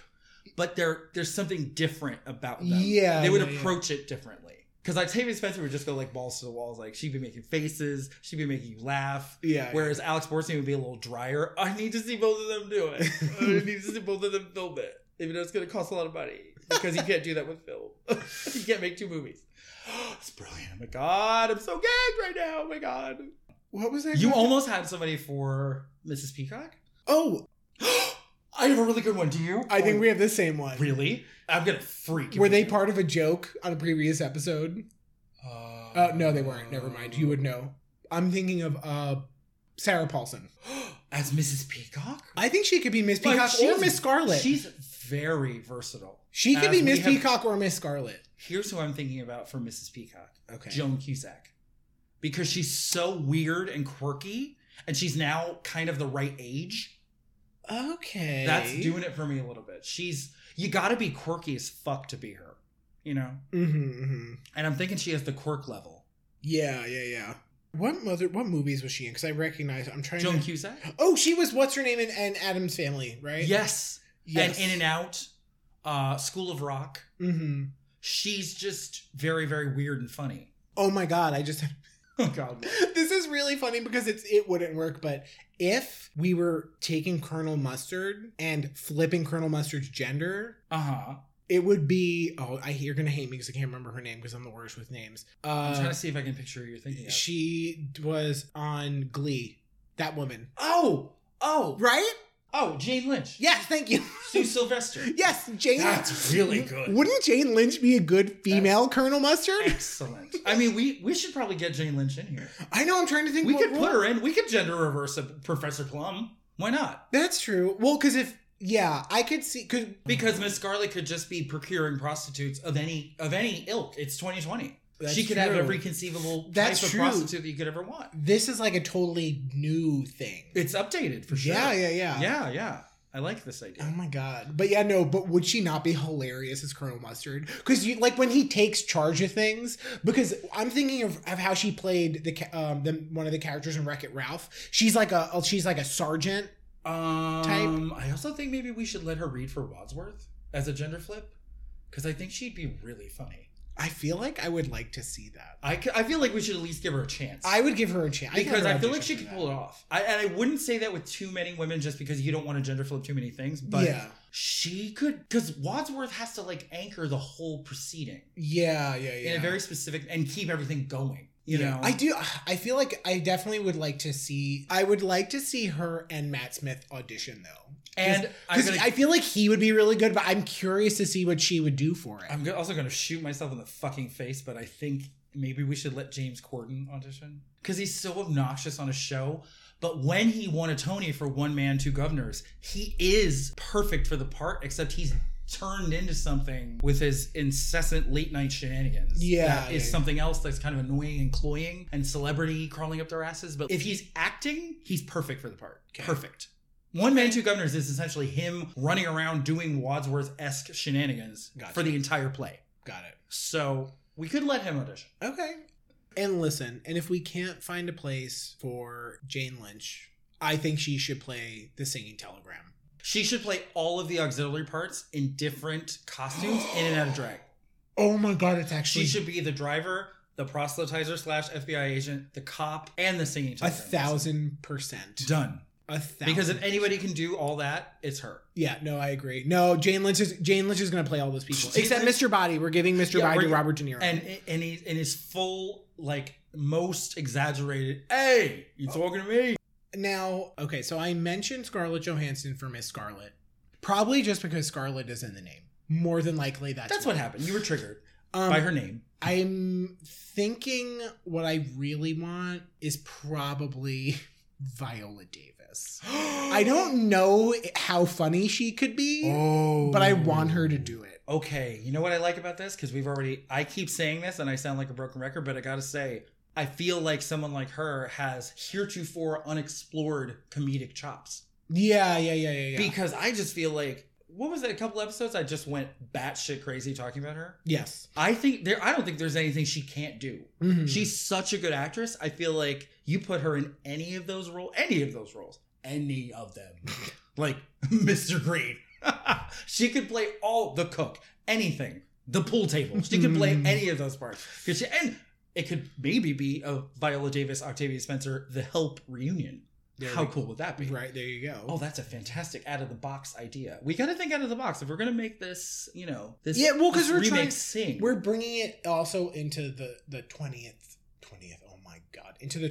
Speaker 1: but there there's something different about them.
Speaker 2: Yeah,
Speaker 1: they would
Speaker 2: yeah, yeah.
Speaker 1: approach it differently. Because Octavia Spencer would just go like balls to the walls, like she'd be making faces, she'd be making you laugh.
Speaker 2: Yeah.
Speaker 1: Whereas Alex Borstein would be a little drier. I need to see both of them do it. I need to see both of them film it. Even though it's going to cost a lot of money because you can't do that with film. you can't make two movies. it's brilliant. Oh my God. I'm so gagged right now. Oh my God.
Speaker 2: what was that?
Speaker 1: You
Speaker 2: called?
Speaker 1: almost had somebody for Mrs. Peacock?
Speaker 2: Oh,
Speaker 1: I have a really good one. Do you? Oh,
Speaker 2: I think we have the same one.
Speaker 1: Really? I'm going to freak. if
Speaker 2: Were
Speaker 1: we
Speaker 2: they
Speaker 1: do.
Speaker 2: part of a joke on a previous episode?
Speaker 1: Uh,
Speaker 2: Uh, no, they weren't. Never mind. You would know. I'm thinking of uh, Sarah Paulson.
Speaker 1: As Mrs. Peacock?
Speaker 2: I think she could be Miss
Speaker 1: Like,
Speaker 2: Peacock or
Speaker 1: she's-
Speaker 2: Miss Scarlet.
Speaker 1: She's very versatile.
Speaker 2: she could
Speaker 1: as
Speaker 2: be
Speaker 1: we
Speaker 2: Miss
Speaker 1: have-
Speaker 2: Peacock or Miss Scarlet.
Speaker 1: Here's who I'm thinking about for Mrs. Peacock
Speaker 2: Okay.
Speaker 1: Joan Cusack. Because she's so weird and quirky, and she's now kind of the right age.
Speaker 2: Okay.
Speaker 1: That's doing it for me a little bit. She's, you gotta be quirky as fuck to be her, you know?
Speaker 2: Mm-hmm, hmm
Speaker 1: And I'm thinking she has the quirk level.
Speaker 2: Yeah, yeah, yeah. What mother? What movies was she in? Because I recognize. I'm trying
Speaker 1: Joan
Speaker 2: to.
Speaker 1: Cusack?
Speaker 2: Oh, she was what's her name in, and Adam's Family, right?
Speaker 1: Yes.
Speaker 2: Yes.
Speaker 1: and In and Out, uh, School of Rock.
Speaker 2: Mm-hmm.
Speaker 1: She's just very, very weird and funny.
Speaker 2: Oh my god! I just
Speaker 1: Oh God,
Speaker 2: this is really funny because it's it wouldn't work, but if we were taking Colonel Mustard and flipping Colonel Mustard's gender,
Speaker 1: uh huh.
Speaker 2: it would be oh I you're gonna hate me because I can't remember her name because I'm the worst with names.
Speaker 1: I'm trying
Speaker 2: Uh,
Speaker 1: to see if I can picture who you're thinking of.
Speaker 2: she was on Glee. That woman,
Speaker 1: oh, oh,
Speaker 2: right?
Speaker 1: oh, Jane Lynch.
Speaker 2: Yes, thank you.
Speaker 1: Sue Sylvester.
Speaker 2: Yes, Jane.
Speaker 1: That's really good.
Speaker 2: Wouldn't Jane Lynch be a good female Colonel Mustard?
Speaker 1: Excellent. I mean, we we should probably get Jane Lynch in here.
Speaker 2: I know. I'm trying to think.
Speaker 1: We
Speaker 2: what-
Speaker 1: could put her in. We could gender reverse a Professor Plum. Why not?
Speaker 2: That's true. Well, because if yeah, I could see. Cause mm,
Speaker 1: Because Miss Scarlet could just be procuring prostitutes of any of any ilk. It's 2020.
Speaker 2: That's
Speaker 1: she could have
Speaker 2: true.
Speaker 1: every conceivable
Speaker 2: That's
Speaker 1: type of
Speaker 2: true.
Speaker 1: prostitute that you could ever want.
Speaker 2: This is like a totally new thing.
Speaker 1: It's updated for sure.
Speaker 2: Yeah, yeah, yeah.
Speaker 1: Yeah, yeah. I like this idea.
Speaker 2: Oh my god. But yeah, no, but would she not be hilarious as Colonel Mustard? Because you like when he takes charge of things, because I'm thinking of, of how she played the ca- um the, one of the characters in Wreck It Ralph. She's like a oh, she's like a sergeant.
Speaker 1: Um, I also think maybe we should let her read for Wadsworth as a gender flip because I think she'd be really funny.
Speaker 2: I feel like I would like to see that.
Speaker 1: I, c- I feel like we should at least give her a chance.
Speaker 2: I would give her a chance. I'd give
Speaker 1: because
Speaker 2: her
Speaker 1: I
Speaker 2: an
Speaker 1: feel like she
Speaker 2: audition
Speaker 1: could
Speaker 2: for
Speaker 1: pull it off. I, and I wouldn't say that with too many women just because you don't want to gender flip too many things,
Speaker 2: that.
Speaker 1: but
Speaker 2: yeah.
Speaker 1: she could because Wadsworth has to like anchor the whole proceeding
Speaker 2: Yeah, yeah, yeah.
Speaker 1: in a very specific and keep everything going. You
Speaker 2: Yeah.
Speaker 1: know,
Speaker 2: I do. I feel like I definitely would like to see. I would like to see her and Matt Smith audition though,
Speaker 1: and I'm
Speaker 2: because
Speaker 1: gonna,
Speaker 2: I feel like he would be really good. But I'm curious to see what she would do for it.
Speaker 1: I'm go- also going to shoot myself in the fucking face, but I think maybe we should let James Corden audition because he's so obnoxious on a show. But when he won a Tony for One Man, Two Governors, he is perfect for the part, except he's turned into something with his incessant late night shenanigans.
Speaker 2: Yeah,
Speaker 1: That is
Speaker 2: yeah.
Speaker 1: something else that's kind of annoying and cloying and celebrity crawling up their asses. But if he's acting, he's perfect for the part.
Speaker 2: Okay.
Speaker 1: Perfect. One Man, Two Governors is essentially him running around doing Wadsworth esque shenanigans
Speaker 2: Gotcha.
Speaker 1: for the entire play.
Speaker 2: Got it.
Speaker 1: So we could let him audition.
Speaker 2: Okay. And listen, and if we can't find a place for Jane Lynch, I think she should play the singing telegram.
Speaker 1: She should play all of the auxiliary parts in different costumes in and out of drag.
Speaker 2: Oh my god, it's
Speaker 1: She
Speaker 2: actually
Speaker 1: should be the driver, the proselytizer slash FBI agent, the cop, and the singing
Speaker 2: a
Speaker 1: telegram person.
Speaker 2: thousand percent.
Speaker 1: Done.
Speaker 2: A thousand.
Speaker 1: Because if anybody can do all that, it's her.
Speaker 2: Yeah, no, I agree. No, Jane Lynch is Jane Lynch is going to play all those people
Speaker 1: Jane
Speaker 2: except
Speaker 1: Lynch-
Speaker 2: Mr. Body. We're giving Mr.
Speaker 1: Yeah,
Speaker 2: Body
Speaker 1: we're-
Speaker 2: to Robert De Niro.
Speaker 1: And and he in his full like most exaggerated. Hey, you
Speaker 2: Oh.
Speaker 1: talking to me?
Speaker 2: now, okay, so I mentioned Scarlett Johansson for Miss Scarlet, probably just because Scarlet is in the name. More than likely, that's
Speaker 1: That's what happened. You were triggered
Speaker 2: Um,
Speaker 1: by her name.
Speaker 2: I'm thinking what I really want is probably Viola Davis. I
Speaker 1: I
Speaker 2: don't know how funny she could be,
Speaker 1: Oh,
Speaker 2: but I want her to do it.
Speaker 1: okay, you know what I like about this? Because we've already, I keep saying this and I sound like a broken record, but I gotta say, I feel like someone like her has heretofore unexplored comedic chops.
Speaker 2: Yeah, yeah, yeah, yeah, yeah.
Speaker 1: Because I just feel like, what was it, a couple episodes I just went batshit crazy talking about her?
Speaker 2: yes.
Speaker 1: I think there, I don't think there's anything she can't do.
Speaker 2: Mhm.
Speaker 1: She's such a good actress. I feel like you put her in any of those roles, any of those roles, any of them, like Mr. Green. she could play all the cook, anything, the pool table. She could play
Speaker 2: Mm.
Speaker 1: any of those parts. 'Cause she- and it could maybe be a Viola Davis, Octavia Spencer, The Help reunion.
Speaker 2: There
Speaker 1: How
Speaker 2: we-
Speaker 1: cool would that be?
Speaker 2: Right, there you go.
Speaker 1: Oh, that's a fantastic out of the box idea. We got to think out of the box if we're gonna make this. You know, this
Speaker 2: Yeah, well, 'cause
Speaker 1: this
Speaker 2: we're
Speaker 1: remake
Speaker 2: trying-
Speaker 1: sing.
Speaker 2: We're bringing it also into the the 20th 20th. Oh my god. Into the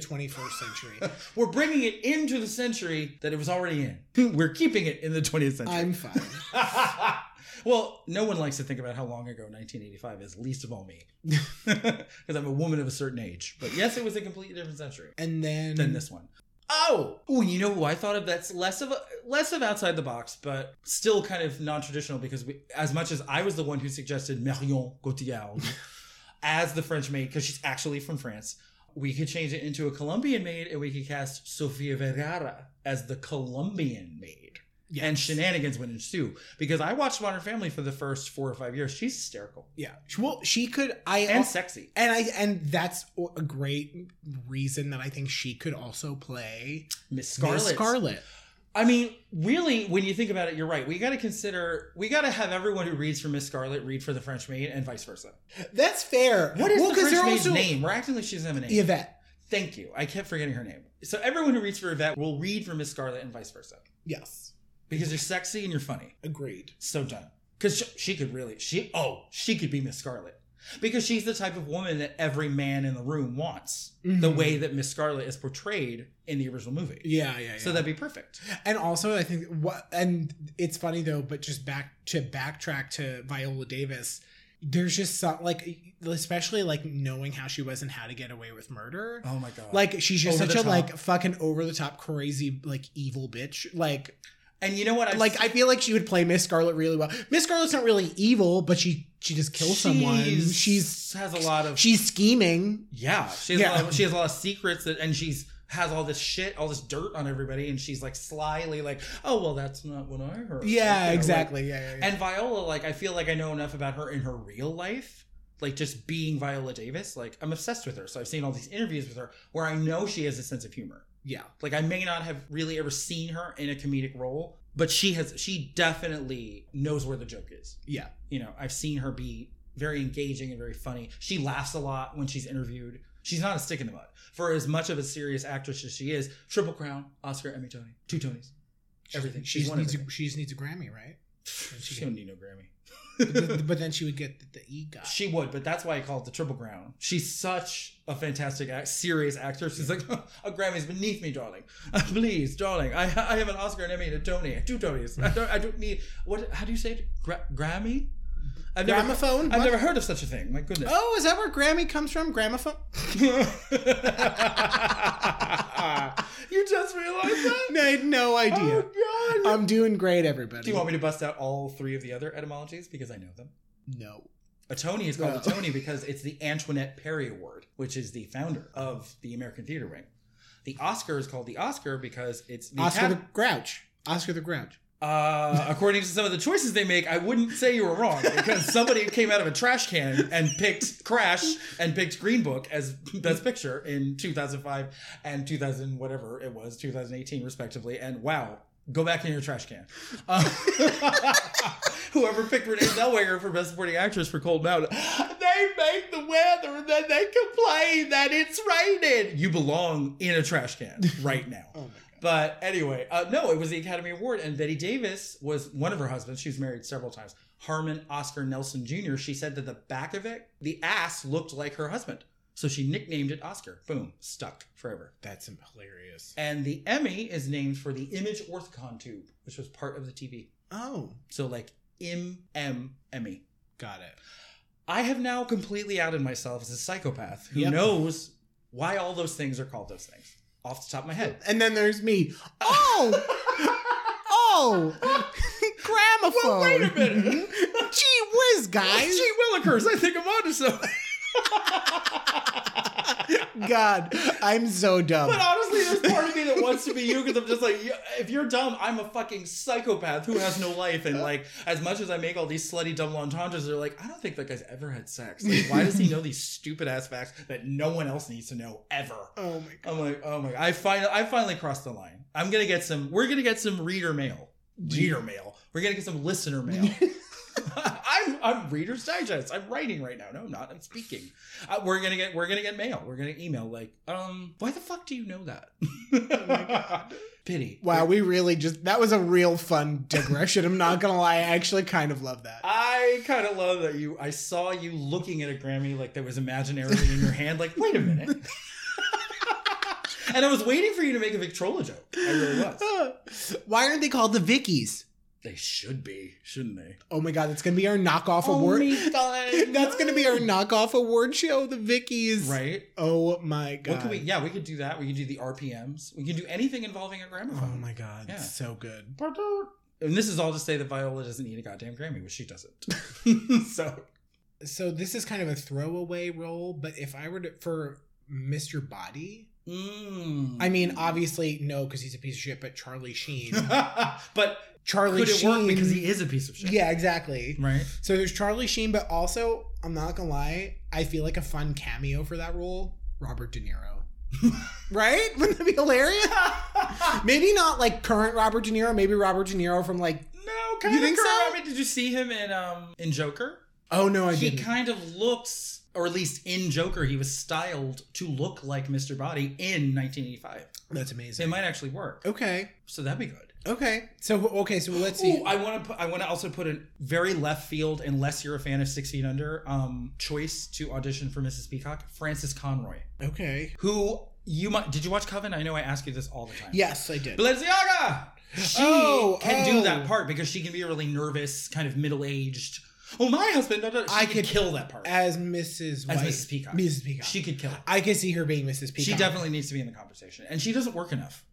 Speaker 2: 21st century.
Speaker 1: We're bringing it into the century that it was already in. We're keeping it in the 20th century.
Speaker 2: I'm fine.
Speaker 1: Well, no one likes to think about how long ago 1985 is, least of all me, because I'm a woman of a certain age. But yes, it was a completely different century
Speaker 2: And then,
Speaker 1: than this one. Oh, oh, you know who I thought of? That's less of a, less of outside the box, but still kind of non-traditional because we, as much as I was the one who suggested Marion Cotillard as the French maid because she's actually from France, we could change it into a Colombian maid and we could cast Sofia Vergara as the Colombian maid.
Speaker 2: Yes.
Speaker 1: And shenanigans would ensue because I watched Modern Family for the first four or five years. She's hysterical
Speaker 2: yeah, well, she could. I
Speaker 1: and sexy.
Speaker 2: and I and that's a great reason that I think she could also play
Speaker 1: Miss
Speaker 2: Miss
Speaker 1: Scarlet.
Speaker 2: Scarlet.
Speaker 1: I mean, really, when you think about it, you're right. We got to consider, we got to have everyone who reads for Miss Scarlet read for the French maid and vice versa.
Speaker 2: That's fair.
Speaker 1: What is
Speaker 2: Well,
Speaker 1: the
Speaker 2: 'cause
Speaker 1: French
Speaker 2: they're
Speaker 1: maid's
Speaker 2: also-
Speaker 1: name? We're acting like she doesn't have a name.
Speaker 2: Yvette.
Speaker 1: Thank you. I kept forgetting her name. So everyone who reads for Yvette will read for Miss Scarlet and vice versa
Speaker 2: Yes,
Speaker 1: because you're sexy and you're funny.
Speaker 2: agreed.
Speaker 1: So done. Because she, she could really, she, oh, she could be Miss Scarlet. Because she's the type of woman that every man in the room wants, the
Speaker 2: Mhm.
Speaker 1: way that Miss Scarlet is portrayed in the original movie.
Speaker 2: Yeah, yeah, yeah.
Speaker 1: So that'd be perfect.
Speaker 2: And also, I think what, and it's funny though, but just back to backtrack to Viola Davis, there's just some, like, especially like knowing how she was and how to get away with murder.
Speaker 1: Oh my God.
Speaker 2: Like, she's just
Speaker 1: Over
Speaker 2: such
Speaker 1: the
Speaker 2: a
Speaker 1: top.
Speaker 2: like fucking over the top, crazy, like evil bitch. Like,
Speaker 1: and you know what? I've
Speaker 2: like I feel like she would play Miss Scarlet really well. Miss Scarlet's not really evil, but she she just kills someone. She's
Speaker 1: has a lot of
Speaker 2: she's scheming.
Speaker 1: yeah. She has, A
Speaker 2: Yeah.
Speaker 1: lot of, she has a lot of secrets that, and she's has all this shit, all this dirt on everybody, and she's like slyly like, oh well, that's not what I heard. You know,
Speaker 2: Yeah,
Speaker 1: like-
Speaker 2: exactly. Yeah, yeah, yeah.
Speaker 1: and Viola, like I feel like I know enough about her in her real life. Like just being Viola Davis, like I'm obsessed with her. So I've seen all these interviews with her where I know she has a sense of humor.
Speaker 2: yeah.
Speaker 1: Like I may not have really ever seen her in a comedic role, but she has she definitely knows where the joke is.
Speaker 2: Yeah.
Speaker 1: You know, I've seen her be very engaging and very funny. She laughs a lot when she's interviewed. She's not a stick in the mud. For as much of a serious actress as she is, Triple Crown, Oscar, Emmy, Tony, two Tonys. Everything.
Speaker 2: She
Speaker 1: She's
Speaker 2: just
Speaker 1: won
Speaker 2: needs a,
Speaker 1: everything.
Speaker 2: she just needs a Grammy, right?
Speaker 1: She don't need no Grammy.
Speaker 2: but, but then she would get the, the E guy.
Speaker 1: She would, but that's why I call it the triple crown. She's such a fantastic, act, serious actor. She's like, a Grammy's beneath me, darling. Please, darling. I, I have an Oscar and Emmy and a Tony, two Tonys. I don't, I don't need what? How do you say it? Gra- Grammy? I've never,
Speaker 2: Gramophone?
Speaker 1: I've
Speaker 2: What?
Speaker 1: never heard of such a thing. My goodness.
Speaker 2: Oh, is that where Grammy comes from? Gramophone?
Speaker 1: you just realized that?
Speaker 2: I had no idea.
Speaker 1: Oh God!
Speaker 2: I'm doing great, everybody.
Speaker 1: do you want me to bust out all three of the other etymologies because I know them?
Speaker 2: No.
Speaker 1: A Tony is called
Speaker 2: No.
Speaker 1: a Tony because it's the Antoinette Perry Award, which is the founder of the American Theater Wing. The Oscar is called the Oscar because it's the
Speaker 2: Oscar
Speaker 1: Acad-
Speaker 2: the Grouch. Oscar the Grouch.
Speaker 1: uh, according to some of the choices they make, I wouldn't say you were wrong because somebody came out of a trash can and picked Crash and picked Green Book as Best Picture in 2005 and 2000 whatever it was 2018 respectively. And wow, go back in your trash can. Uh, whoever picked Renee Zellweger for Best Supporting Actress for Cold Mountain, they make the weather and then they complain that it's raining. You belong in a trash can right now.
Speaker 2: Oh my god.
Speaker 1: But anyway, uh, no, it was the Academy Award, and Betty Davis was one of her husbands. She was married several times. Harmon Oscar Nelson Jr. She said that the back of it, the ass, looked like her husband, so she nicknamed it Oscar. Boom, stuck forever.
Speaker 2: That's hilarious.
Speaker 1: And the Emmy is named for the image orthicon tube, which was part of the TV.
Speaker 2: Oh,
Speaker 1: So like Im M Emmy.
Speaker 2: got it.
Speaker 1: I have now completely outed myself as a psychopath who
Speaker 2: Yep.
Speaker 1: knows why all those things are called those things off the top of my head.
Speaker 2: And then there's me. Oh, oh, gramophone. Mm-hmm.
Speaker 1: Well, wait a minute.
Speaker 2: Gee whiz, guys.
Speaker 1: Gee Willikers, I think I'm onto something.
Speaker 2: God, I'm so dumb.
Speaker 1: But honestly, there's part of me that wants to be you because I'm just like, you- if you're dumb, I'm a fucking psychopath who has no life. And like, as much as I make all these slutty double entendres, they're like, I don't think that guy's ever had sex. Like, why does he know these stupid ass facts that no one else needs to know ever?
Speaker 2: Oh my god.
Speaker 1: I'm like, oh my! I finally, I finally crossed the line. I'm gonna get some. We're gonna get some reader mail. Reader mail. We're gonna get some listener mail. I'm I'm Reader's Digest. I'm writing right now. No, I'm not. I'm speaking. Uh, we're gonna get we're gonna get mail. We're gonna email like um. Why the fuck do you know that?
Speaker 2: Oh my God.
Speaker 1: Pity.
Speaker 2: Wow, we really just that was a real fun digression. I'm not gonna lie, I actually kind of love that.
Speaker 1: I kind of love that you. I saw you looking at a Grammy like that was imaginarily in your hand. Like, wait a minute. and I was waiting for you to make a Victrola joke. I really was.
Speaker 2: Why aren't they called the Vickies?
Speaker 1: They should be, shouldn't they?
Speaker 2: Oh my god, that's gonna be our knockoff award. that's gonna be our knockoff award show, the Vickies.
Speaker 1: right.
Speaker 2: Oh my god.
Speaker 1: What can we? Yeah, we could do that. We could do the RPMs. We can do anything involving a
Speaker 2: Oh
Speaker 1: gramophone.
Speaker 2: my god,
Speaker 1: Yeah.
Speaker 2: it's so good.
Speaker 1: And this is all to say that Viola doesn't need a goddamn Grammy, which she doesn't. so
Speaker 2: So this is kind of a throwaway role, but if I were to for Mr. Body,
Speaker 1: mm.
Speaker 2: I mean, obviously no, because he's a piece of shit. But Charlie Sheen,
Speaker 1: but
Speaker 2: Charlie
Speaker 1: could it
Speaker 2: Sheen,
Speaker 1: work because he is a piece of shit?
Speaker 2: yeah, exactly.
Speaker 1: Right.
Speaker 2: So there's Charlie Sheen, but also I'm not gonna lie, I feel like a fun cameo for that role, Robert De Niro. right? Wouldn't that be hilarious? maybe not like current Robert De Niro, maybe Robert De Niro from like
Speaker 1: No, kind of.
Speaker 2: think
Speaker 1: Kurt
Speaker 2: so?
Speaker 1: Robin- Did you see him in um in Joker?
Speaker 2: Oh no, I
Speaker 1: he
Speaker 2: didn't.
Speaker 1: kind of looks, or at least in Joker, he was styled to look like Mr. Body in 1985.
Speaker 2: That's
Speaker 1: So it
Speaker 2: amazing.
Speaker 1: might actually work.
Speaker 2: Okay.
Speaker 1: So that'd be good.
Speaker 2: Okay. So okay, so let's see.
Speaker 1: Ooh, I want to. I want to also put a very left field, unless you're a fan of Six Feet Under, um, choice to audition for Mrs. Peacock, Frances Conroy,
Speaker 2: okay.
Speaker 1: who you might. Did you watch Coven? I know I ask you this all the time.
Speaker 2: Yes, I did.
Speaker 1: Balenciaga. She
Speaker 2: Oh,
Speaker 1: can
Speaker 2: oh.
Speaker 1: do that part because she can be a really nervous, kind of middle aged. Oh, my husband! da, da, da." She
Speaker 2: I
Speaker 1: could
Speaker 2: could-
Speaker 1: kill that part.
Speaker 2: As Mrs.
Speaker 1: As
Speaker 2: White.
Speaker 1: Mrs. Peacock.
Speaker 2: Mrs. Peacock.
Speaker 1: She could kill it.
Speaker 2: I could see her being Mrs. Peacock.
Speaker 1: She definitely needs to be in the conversation, and she doesn't work enough.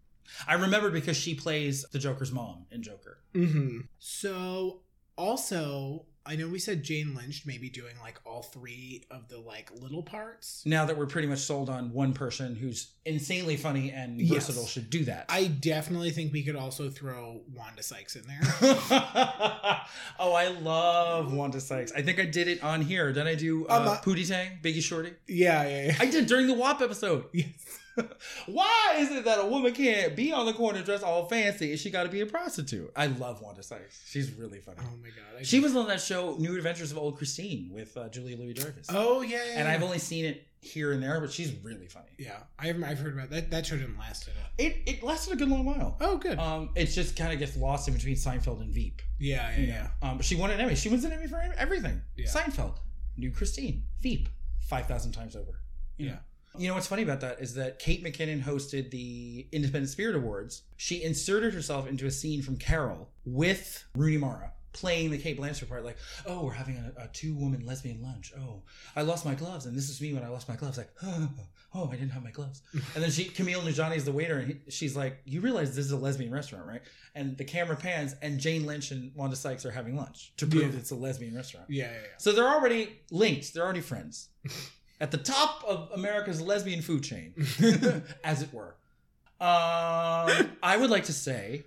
Speaker 1: I remember because she plays the Joker's mom in Joker. Mm-hmm.
Speaker 2: hmm So also, I know we said Jane Lynch maybe doing like all three of the like little parts.
Speaker 1: Now that we're pretty much sold on one person who's insanely funny and
Speaker 2: Yes.
Speaker 1: versatile, should do that.
Speaker 2: I definitely think we could also throw Wanda Sykes in there.
Speaker 1: oh, I love Wanda Sykes. I think I did it on here. Did I do uh,
Speaker 2: Um, uh,
Speaker 1: Pootie Tang, Biggie Shorty?
Speaker 2: yeah, yeah, yeah.
Speaker 1: I did during the WAP episode.
Speaker 2: Yes.
Speaker 1: Why is it that a woman can't be on the corner dressed all fancy and she got to be a prostitute? I love Wanda Sykes. She's really funny.
Speaker 2: Oh my god. I
Speaker 1: She was on that show, New Adventures of Old Christine, with uh, Julia Louis Dreyfus.
Speaker 2: Oh yeah. yeah,
Speaker 1: and I've
Speaker 2: yeah.
Speaker 1: only seen it here and there, but she's really funny.
Speaker 2: yeah, I've I've heard about that. That show didn't last at all.
Speaker 1: It it lasted a good long while.
Speaker 2: Oh, good.
Speaker 1: Um, it just kind of gets lost in between Seinfeld and Veep.
Speaker 2: yeah, yeah,
Speaker 1: you know.
Speaker 2: yeah.
Speaker 1: Um, but she won an Emmy. She wins an Emmy for e-, everything.
Speaker 2: Yeah.
Speaker 1: Seinfeld, New Christine, Veep, five thousand times over. you
Speaker 2: Yeah.
Speaker 1: know. You know what's funny about that is that Kate McKinnon hosted the Independent Spirit Awards. She inserted herself into a scene from Carol with Rooney Mara playing the Kate Blanchett part, like, "Oh, we're having a, a two-woman lesbian lunch. Oh, I lost my gloves, and this is me when I lost my gloves. Like, oh, I didn't have my gloves." and then she, Camille Najani is the waiter, and he, she's like, "You realize this is a lesbian restaurant, right?" And the camera pans, and Jane Lynch and Wanda Sykes are having lunch to prove
Speaker 2: Yeah.
Speaker 1: it's a lesbian restaurant.
Speaker 2: Yeah, yeah, yeah.
Speaker 1: So they're already linked. They're already friends. At the top of America's lesbian food chain, as it were. Um, I would like to say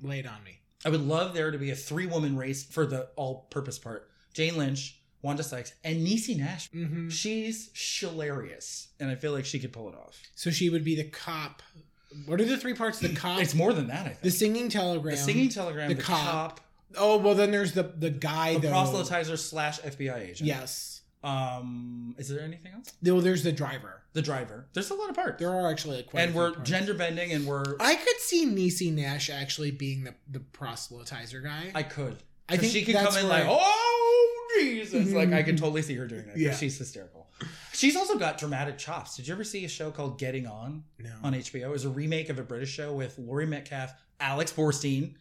Speaker 2: Lay it on me.
Speaker 1: I would love there to be a three woman race for the all purpose part Jane Lynch, Wanda Sykes, and Niecy Nash.
Speaker 2: hmm
Speaker 1: She's hilarious, and I feel like she could pull it off.
Speaker 2: So she would be the cop. What are the three parts of the cop?
Speaker 1: It's more than that, I think.
Speaker 2: the singing telegram.
Speaker 1: the singing telegram, the,
Speaker 2: the
Speaker 1: cop,
Speaker 2: cop, Oh well, then there's the the guy
Speaker 1: the
Speaker 2: though.
Speaker 1: proselytizer slash FBI agent.
Speaker 2: Yes.
Speaker 1: Um, is there anything else?
Speaker 2: No, there's the driver.
Speaker 1: The driver. There's a lot of parts.
Speaker 2: There are actually like quite. a
Speaker 1: and
Speaker 2: few
Speaker 1: we're
Speaker 2: parts.
Speaker 1: gender bending, and we're
Speaker 2: I could see Niecy Nash actually being the the proselytizer guy.
Speaker 1: I could.
Speaker 2: I think
Speaker 1: she could
Speaker 2: that's
Speaker 1: come in
Speaker 2: where
Speaker 1: like,
Speaker 2: I-
Speaker 1: oh Jesus! Like I can
Speaker 2: Mhm.
Speaker 1: totally see her doing that. 'cause
Speaker 2: Yeah.
Speaker 1: she's hysterical. She's also got dramatic chops. Did you ever see a show called Getting On
Speaker 2: no.
Speaker 1: on HBO? It was a remake of a British show with Laurie Metcalf, Alex Borstein,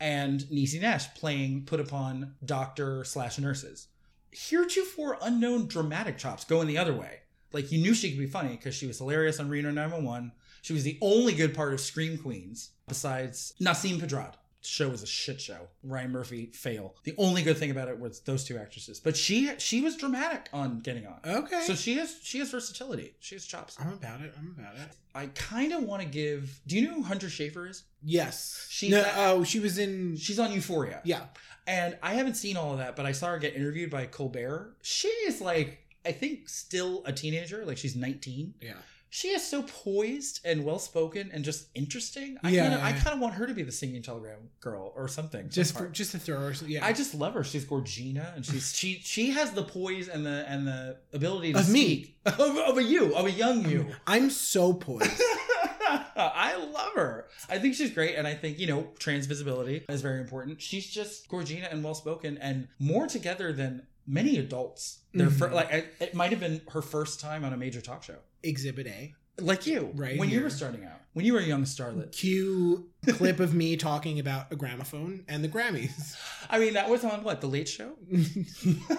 Speaker 1: and Niecy Nash playing put upon doctor slash nurses. Heretofore unknown dramatic chops going the other way. Like you knew she could be funny because she was hilarious on Reno 911. She was the only good part of Scream Queens besides Nassim Pedrad. The show was a shit show. Ryan Murphy fail. The only good thing about it was those two actresses. But she she was dramatic on getting on.
Speaker 2: Okay.
Speaker 1: So she has she has versatility. She has chops.
Speaker 2: I'm about it. I'm about it.
Speaker 1: I kind of want to give. Do you know who Hunter Schafer is?
Speaker 2: Yes.
Speaker 1: She's
Speaker 2: no,
Speaker 1: that-
Speaker 2: oh, she was in.
Speaker 1: She's on Euphoria.
Speaker 2: yeah.
Speaker 1: And I haven't seen all of that, but I saw her get interviewed by Colbert. She is like, I think, still a teenager. Like she's 19.
Speaker 2: Yeah.
Speaker 1: She is so poised and well spoken and just interesting. I
Speaker 2: Yeah,
Speaker 1: kind of, I
Speaker 2: yeah.
Speaker 1: kind of want her to be the singing telegram girl or something.
Speaker 2: Just
Speaker 1: some
Speaker 2: for,
Speaker 1: part.
Speaker 2: just to throw her. Yeah.
Speaker 1: I just love her. She's Gorgina, and she's she she has the poise and the and the ability to
Speaker 2: Of
Speaker 1: speak
Speaker 2: me.
Speaker 1: of, of a you of a young you.
Speaker 2: I'm so poised.
Speaker 1: I love her. I think she's great, and I think you know trans visibility is very important. She's just Gorgina and well spoken, and more together than many adults. Their fir-
Speaker 2: Mhm.
Speaker 1: like I, it might have been her first time on a major talk show.
Speaker 2: Exhibit A.
Speaker 1: like you,
Speaker 2: Right
Speaker 1: When you
Speaker 2: here.
Speaker 1: were starting out, when you were a young starlet.
Speaker 2: Cue clip of me talking about a gramophone and the Grammys.
Speaker 1: I mean, that was on what the Late Show.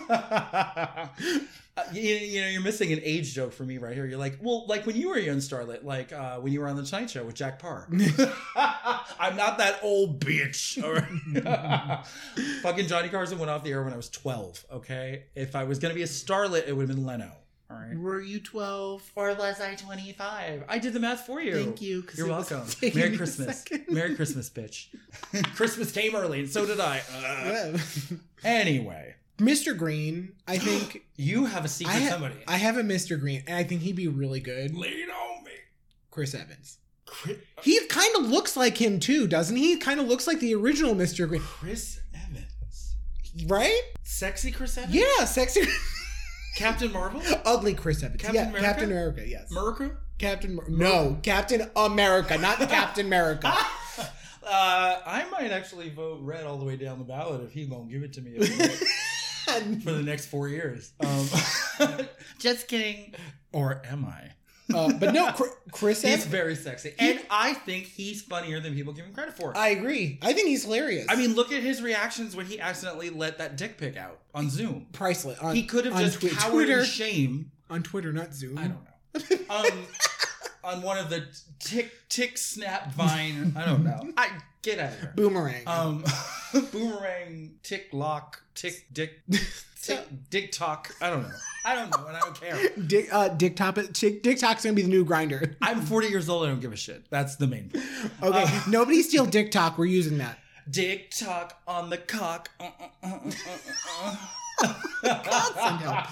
Speaker 1: Uh, you, you know, you're missing an age joke for me right here. You're like, well, like when you were a young starlet, like uh, when you were on the Tonight Show with Jack Parr. I'm not that old bitch. All right. Mm-hmm. Fucking Johnny Carson went off the air when I was 12. Okay, if I was gonna be a starlet, it would have been Leno. All right.
Speaker 2: Were you 12?
Speaker 1: Or was I 25? I did the math for you.
Speaker 2: Thank you. 'cause
Speaker 1: You're
Speaker 2: it was
Speaker 1: welcome.
Speaker 2: taking me
Speaker 1: Merry
Speaker 2: a
Speaker 1: Christmas.
Speaker 2: second.
Speaker 1: Merry Christmas, bitch. Christmas came early, and so did I. Uh,
Speaker 2: Yeah.
Speaker 1: anyway,
Speaker 2: Mr. Green, I think
Speaker 1: you have a secret
Speaker 2: I ha-
Speaker 1: somebody.
Speaker 2: I have a Mr. Green, and I think he'd be really good.
Speaker 1: Lean on me.
Speaker 2: Chris Evans.
Speaker 1: Chris,
Speaker 2: He kind of looks like him too, doesn't he? He kind of looks like the original Mr. Green,
Speaker 1: Chris Evans.
Speaker 2: right?
Speaker 1: Sexy Chris Evans?
Speaker 2: Yeah, sexy,
Speaker 1: Captain Marvel?
Speaker 2: ugly Chris Evans.
Speaker 1: Captain
Speaker 2: yeah,
Speaker 1: America?
Speaker 2: Captain America. Yes,
Speaker 1: Murica?
Speaker 2: Captain. Mar- no, Captain America, not Captain America.
Speaker 1: Ah! Uh, I might actually vote red all the way down the ballot if he's gonna give it to me if- for
Speaker 2: Uh,
Speaker 1: the next four years. Um, just kidding. Or am I?
Speaker 2: Uh, but no, Chri- Chris
Speaker 1: He's
Speaker 2: Evans.
Speaker 1: very sexy, and I think he's funnier than people give him credit for. I,
Speaker 2: I agree. I think he's hilarious.
Speaker 1: mean, look at his reactions when he accidentally let that dick pic out on Zoom.
Speaker 2: priceless on,
Speaker 1: He could have
Speaker 2: on
Speaker 1: just
Speaker 2: Twi-
Speaker 1: cowered
Speaker 2: Twitter.
Speaker 1: in shame.
Speaker 2: on Twitter, not Zoom.
Speaker 1: I don't know. Um, on one of the tick tick snap vine. I don't know. I get out of here.
Speaker 2: Boomerang.
Speaker 1: Um, boomerang, tick lock, tick dick, tick dick talk. I don't know. I don't know, and I don't care.
Speaker 2: Dick, uh, Dick Top, Dick, Dick Tok's gonna be the new grinder.
Speaker 1: I'm 40 years old. I don't give a shit. That's the main point.
Speaker 2: Okay,
Speaker 1: Uh,
Speaker 2: nobody steal Dick Tok. We're using that.
Speaker 1: Dick talk on the cock. Uh, uh, uh, uh, uh, uh.
Speaker 2: God,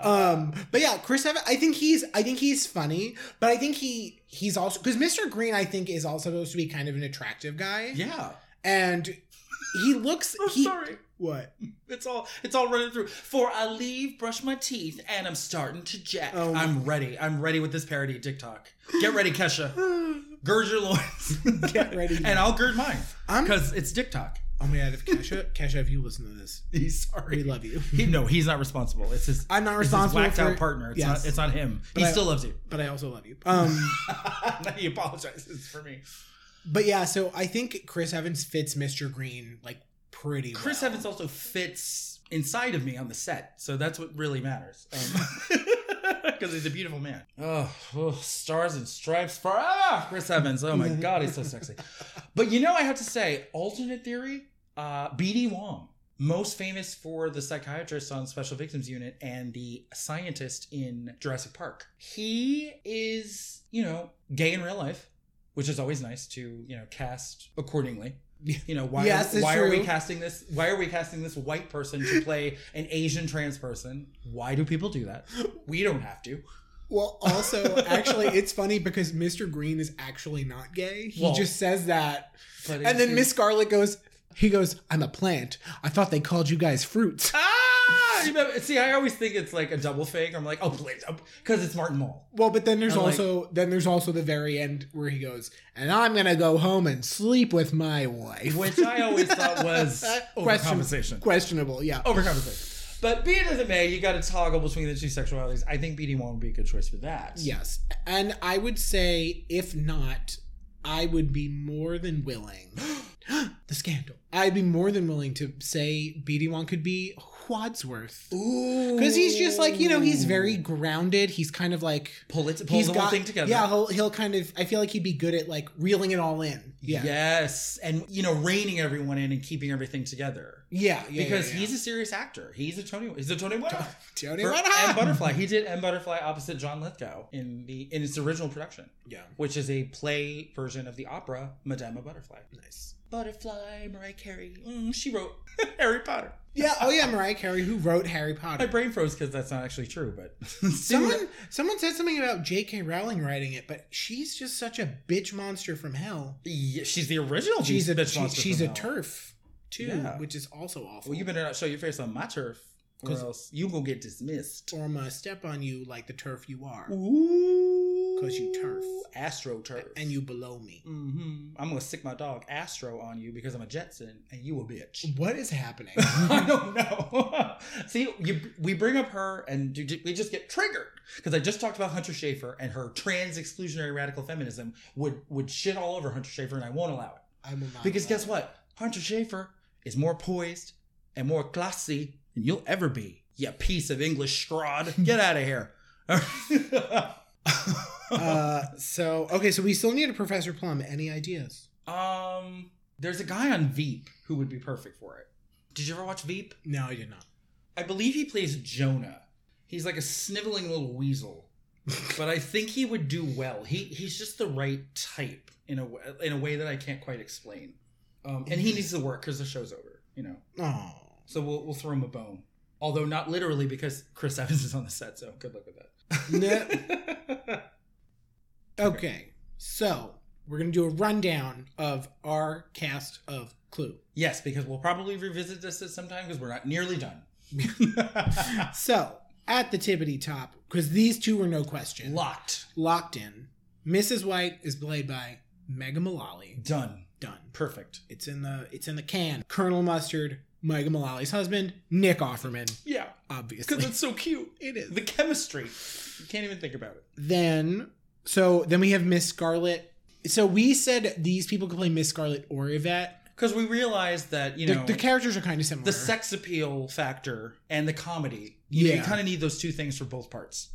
Speaker 2: Um, but yeah, Chris Evans. I think he's. I think he's funny, but I think he he's also because Mr. Green. I think is also supposed to be kind of an attractive guy,
Speaker 1: yeah.
Speaker 2: and he looks.
Speaker 1: I'm
Speaker 2: he
Speaker 1: sorry.
Speaker 2: what?
Speaker 1: It's all it's all running through. For I leave, brush my teeth, and I'm starting to jack.
Speaker 2: Oh.
Speaker 1: I'm ready. I'm ready with this parody of TikTok. Get ready, Kesha.
Speaker 2: Oh
Speaker 1: Gird your loins.
Speaker 2: Get ready.
Speaker 1: and I'll gird mine
Speaker 2: I'm.
Speaker 1: because it's TikTok.
Speaker 2: Oh my god, if Kesha, Kesha, if you listen to this,
Speaker 1: He's
Speaker 2: we
Speaker 1: sorry.
Speaker 2: love you.
Speaker 1: He, no, he's not responsible. It's his.
Speaker 2: I'm not
Speaker 1: It's his
Speaker 2: responsible
Speaker 1: whacked
Speaker 2: for,
Speaker 1: out partner. It's,
Speaker 2: Yes.
Speaker 1: not, it's not him.
Speaker 2: But
Speaker 1: he
Speaker 2: I-
Speaker 1: still loves you.
Speaker 2: but I also love you. Um,
Speaker 1: he apologizes for me.
Speaker 2: but yeah, so I think Chris Evans fits Mr. Green like pretty.
Speaker 1: Chris
Speaker 2: well.
Speaker 1: Evans also fits inside of me on the set, so that's what really matters. Because he's a beautiful man. Oh, oh, stars and stripes forever, Chris Evans. Oh my god, he's so sexy. But you know, I have to say, alternate theory, uh, BD Wong, most famous for the psychiatrist on Special Victims Unit and the scientist in Jurassic Park. He is, you know, gay in real life, which is always nice to, you know, cast accordingly. You know, why,
Speaker 2: Yes, it's
Speaker 1: why are we
Speaker 2: true.
Speaker 1: casting this why are we casting this white person to play an Asian trans person? Why do people do that? We don't have to.
Speaker 2: Well, also, actually, it's funny because Mr. Green is actually not gay. He
Speaker 1: Well,
Speaker 2: just says that.
Speaker 1: But
Speaker 2: And then
Speaker 1: it's-
Speaker 2: Miss Scarlet goes, he goes, I'm a plant. I thought they called you guys fruits.
Speaker 1: Ah! You remember- see, I always think it's like a double fake. I'm like, oh, please, because it's Martin Mull.
Speaker 2: Well, but then there's
Speaker 1: I'm like-
Speaker 2: also then there's also the very end where he goes, and I'm gonna go home and sleep with my wife.
Speaker 1: which I always thought was
Speaker 2: Question-
Speaker 1: overcompensation.
Speaker 2: questionable, yeah.
Speaker 1: Oh, Overcompensation. But be it as it may, you got to toggle between the two sexualities. I think BD Wong would be a good choice for that.
Speaker 2: Yes. And I would say, if not, I would be more than willing. the scandal. I'd be more than willing to say BD Wong could be Wadsworth.
Speaker 1: Ooh.
Speaker 2: Because he's just like, you know, he's very grounded. He's kind of like.
Speaker 1: pull it. Pull
Speaker 2: he's
Speaker 1: the
Speaker 2: got,
Speaker 1: whole thing together.
Speaker 2: Yeah, he'll, he'll kind of. I feel like he'd be good at like reeling it all in. Yeah. Yeah.
Speaker 1: Yes, and you know, reining everyone in and keeping everything together.
Speaker 2: yeah,
Speaker 1: because he's a serious actor. He's a Tony. He's a Tony Winner.
Speaker 2: Tony
Speaker 1: For
Speaker 2: Rodham.
Speaker 1: M Butterfly. He did M Butterfly opposite John Lithgow in the in its original production,
Speaker 2: Yeah.
Speaker 1: which is a play version of the opera Madama Butterfly.
Speaker 2: Nice.
Speaker 1: Butterfly, Mariah Carey. Mm, she wrote Harry Potter.
Speaker 2: Yeah. Oh yeah, Mariah Carey, who wrote Harry
Speaker 1: My
Speaker 2: Potter.
Speaker 1: brain froze because that's not actually true, but
Speaker 2: Someone someone said something about J.K. Rowling writing it, but she's just such a bitch monster from hell.
Speaker 1: Yeah, Oh, she's the original.
Speaker 2: She's a
Speaker 1: bitch
Speaker 2: she-
Speaker 1: monster
Speaker 2: she's
Speaker 1: from
Speaker 2: a
Speaker 1: hell.
Speaker 2: turf too,
Speaker 1: Yeah.
Speaker 2: which is also awful.
Speaker 1: Well, you better not show your face on my turf, or
Speaker 2: 'Cause-
Speaker 1: else you gonna get dismissed.
Speaker 2: or I'm gonna step on you like the turf you are.
Speaker 1: Ooh,
Speaker 2: because you turf
Speaker 1: AstroTurf.
Speaker 2: and you below me.
Speaker 1: hmm I'm gonna stick my dog Astro on you because I'm a Jetson and you a bitch.
Speaker 2: What is happening?
Speaker 1: I don't know. See, you, we bring up her and you ju- we just get triggered because I just talked about Hunter Schafer and her trans exclusionary radical feminism would would shit all over Hunter Schafer and I won't allow it
Speaker 2: I will not.
Speaker 1: because
Speaker 2: allow
Speaker 1: guess
Speaker 2: it.
Speaker 1: what? Hunter Schafer is more poised and more classy than you'll ever be. You piece of English scrod. Get out of here.
Speaker 2: Uh, so okay, so we still need a Professor Plum. Any ideas?
Speaker 1: Um, there's a guy on Veep who would be perfect for it. Did you ever watch Veep?
Speaker 2: No, I did not.
Speaker 1: I believe he plays Jonah. He's like a sniveling little weasel, but I think he would do well. He he's just the right type in a w- in a way that I can't quite explain. Um, and he needs to work because the show's over. You know,
Speaker 2: Oh,
Speaker 1: so we'll we'll throw him a bone. Although not literally because Chris Evans is on the set, so good luck with that.
Speaker 2: okay. So we're gonna do a rundown of our cast of Clue.
Speaker 1: yes, because we'll probably revisit this at some time because we're not nearly done.
Speaker 2: So at the tippity top, because these two were no question
Speaker 1: Locked.
Speaker 2: locked in. Mrs. White is played by Mega Mullally.
Speaker 1: Done.
Speaker 2: Done.
Speaker 1: Perfect.
Speaker 2: It's in the it's in the can. Colonel Mustard, Mega Mullally's husband, Nick Offerman,
Speaker 1: Yeah,
Speaker 2: obviously.
Speaker 1: so cute.
Speaker 2: it is.
Speaker 1: The chemistry. You can't even think about it.
Speaker 2: then so then we have Miss Scarlet. So we said these people could play Miss Scarlet or Yvette.
Speaker 1: Because we realized that, you
Speaker 2: the,
Speaker 1: know,
Speaker 2: the
Speaker 1: the,
Speaker 2: characters are kind of similar.
Speaker 1: sex appeal factor and the comedy. You,
Speaker 2: Yeah.
Speaker 1: kind of need those two things for both parts.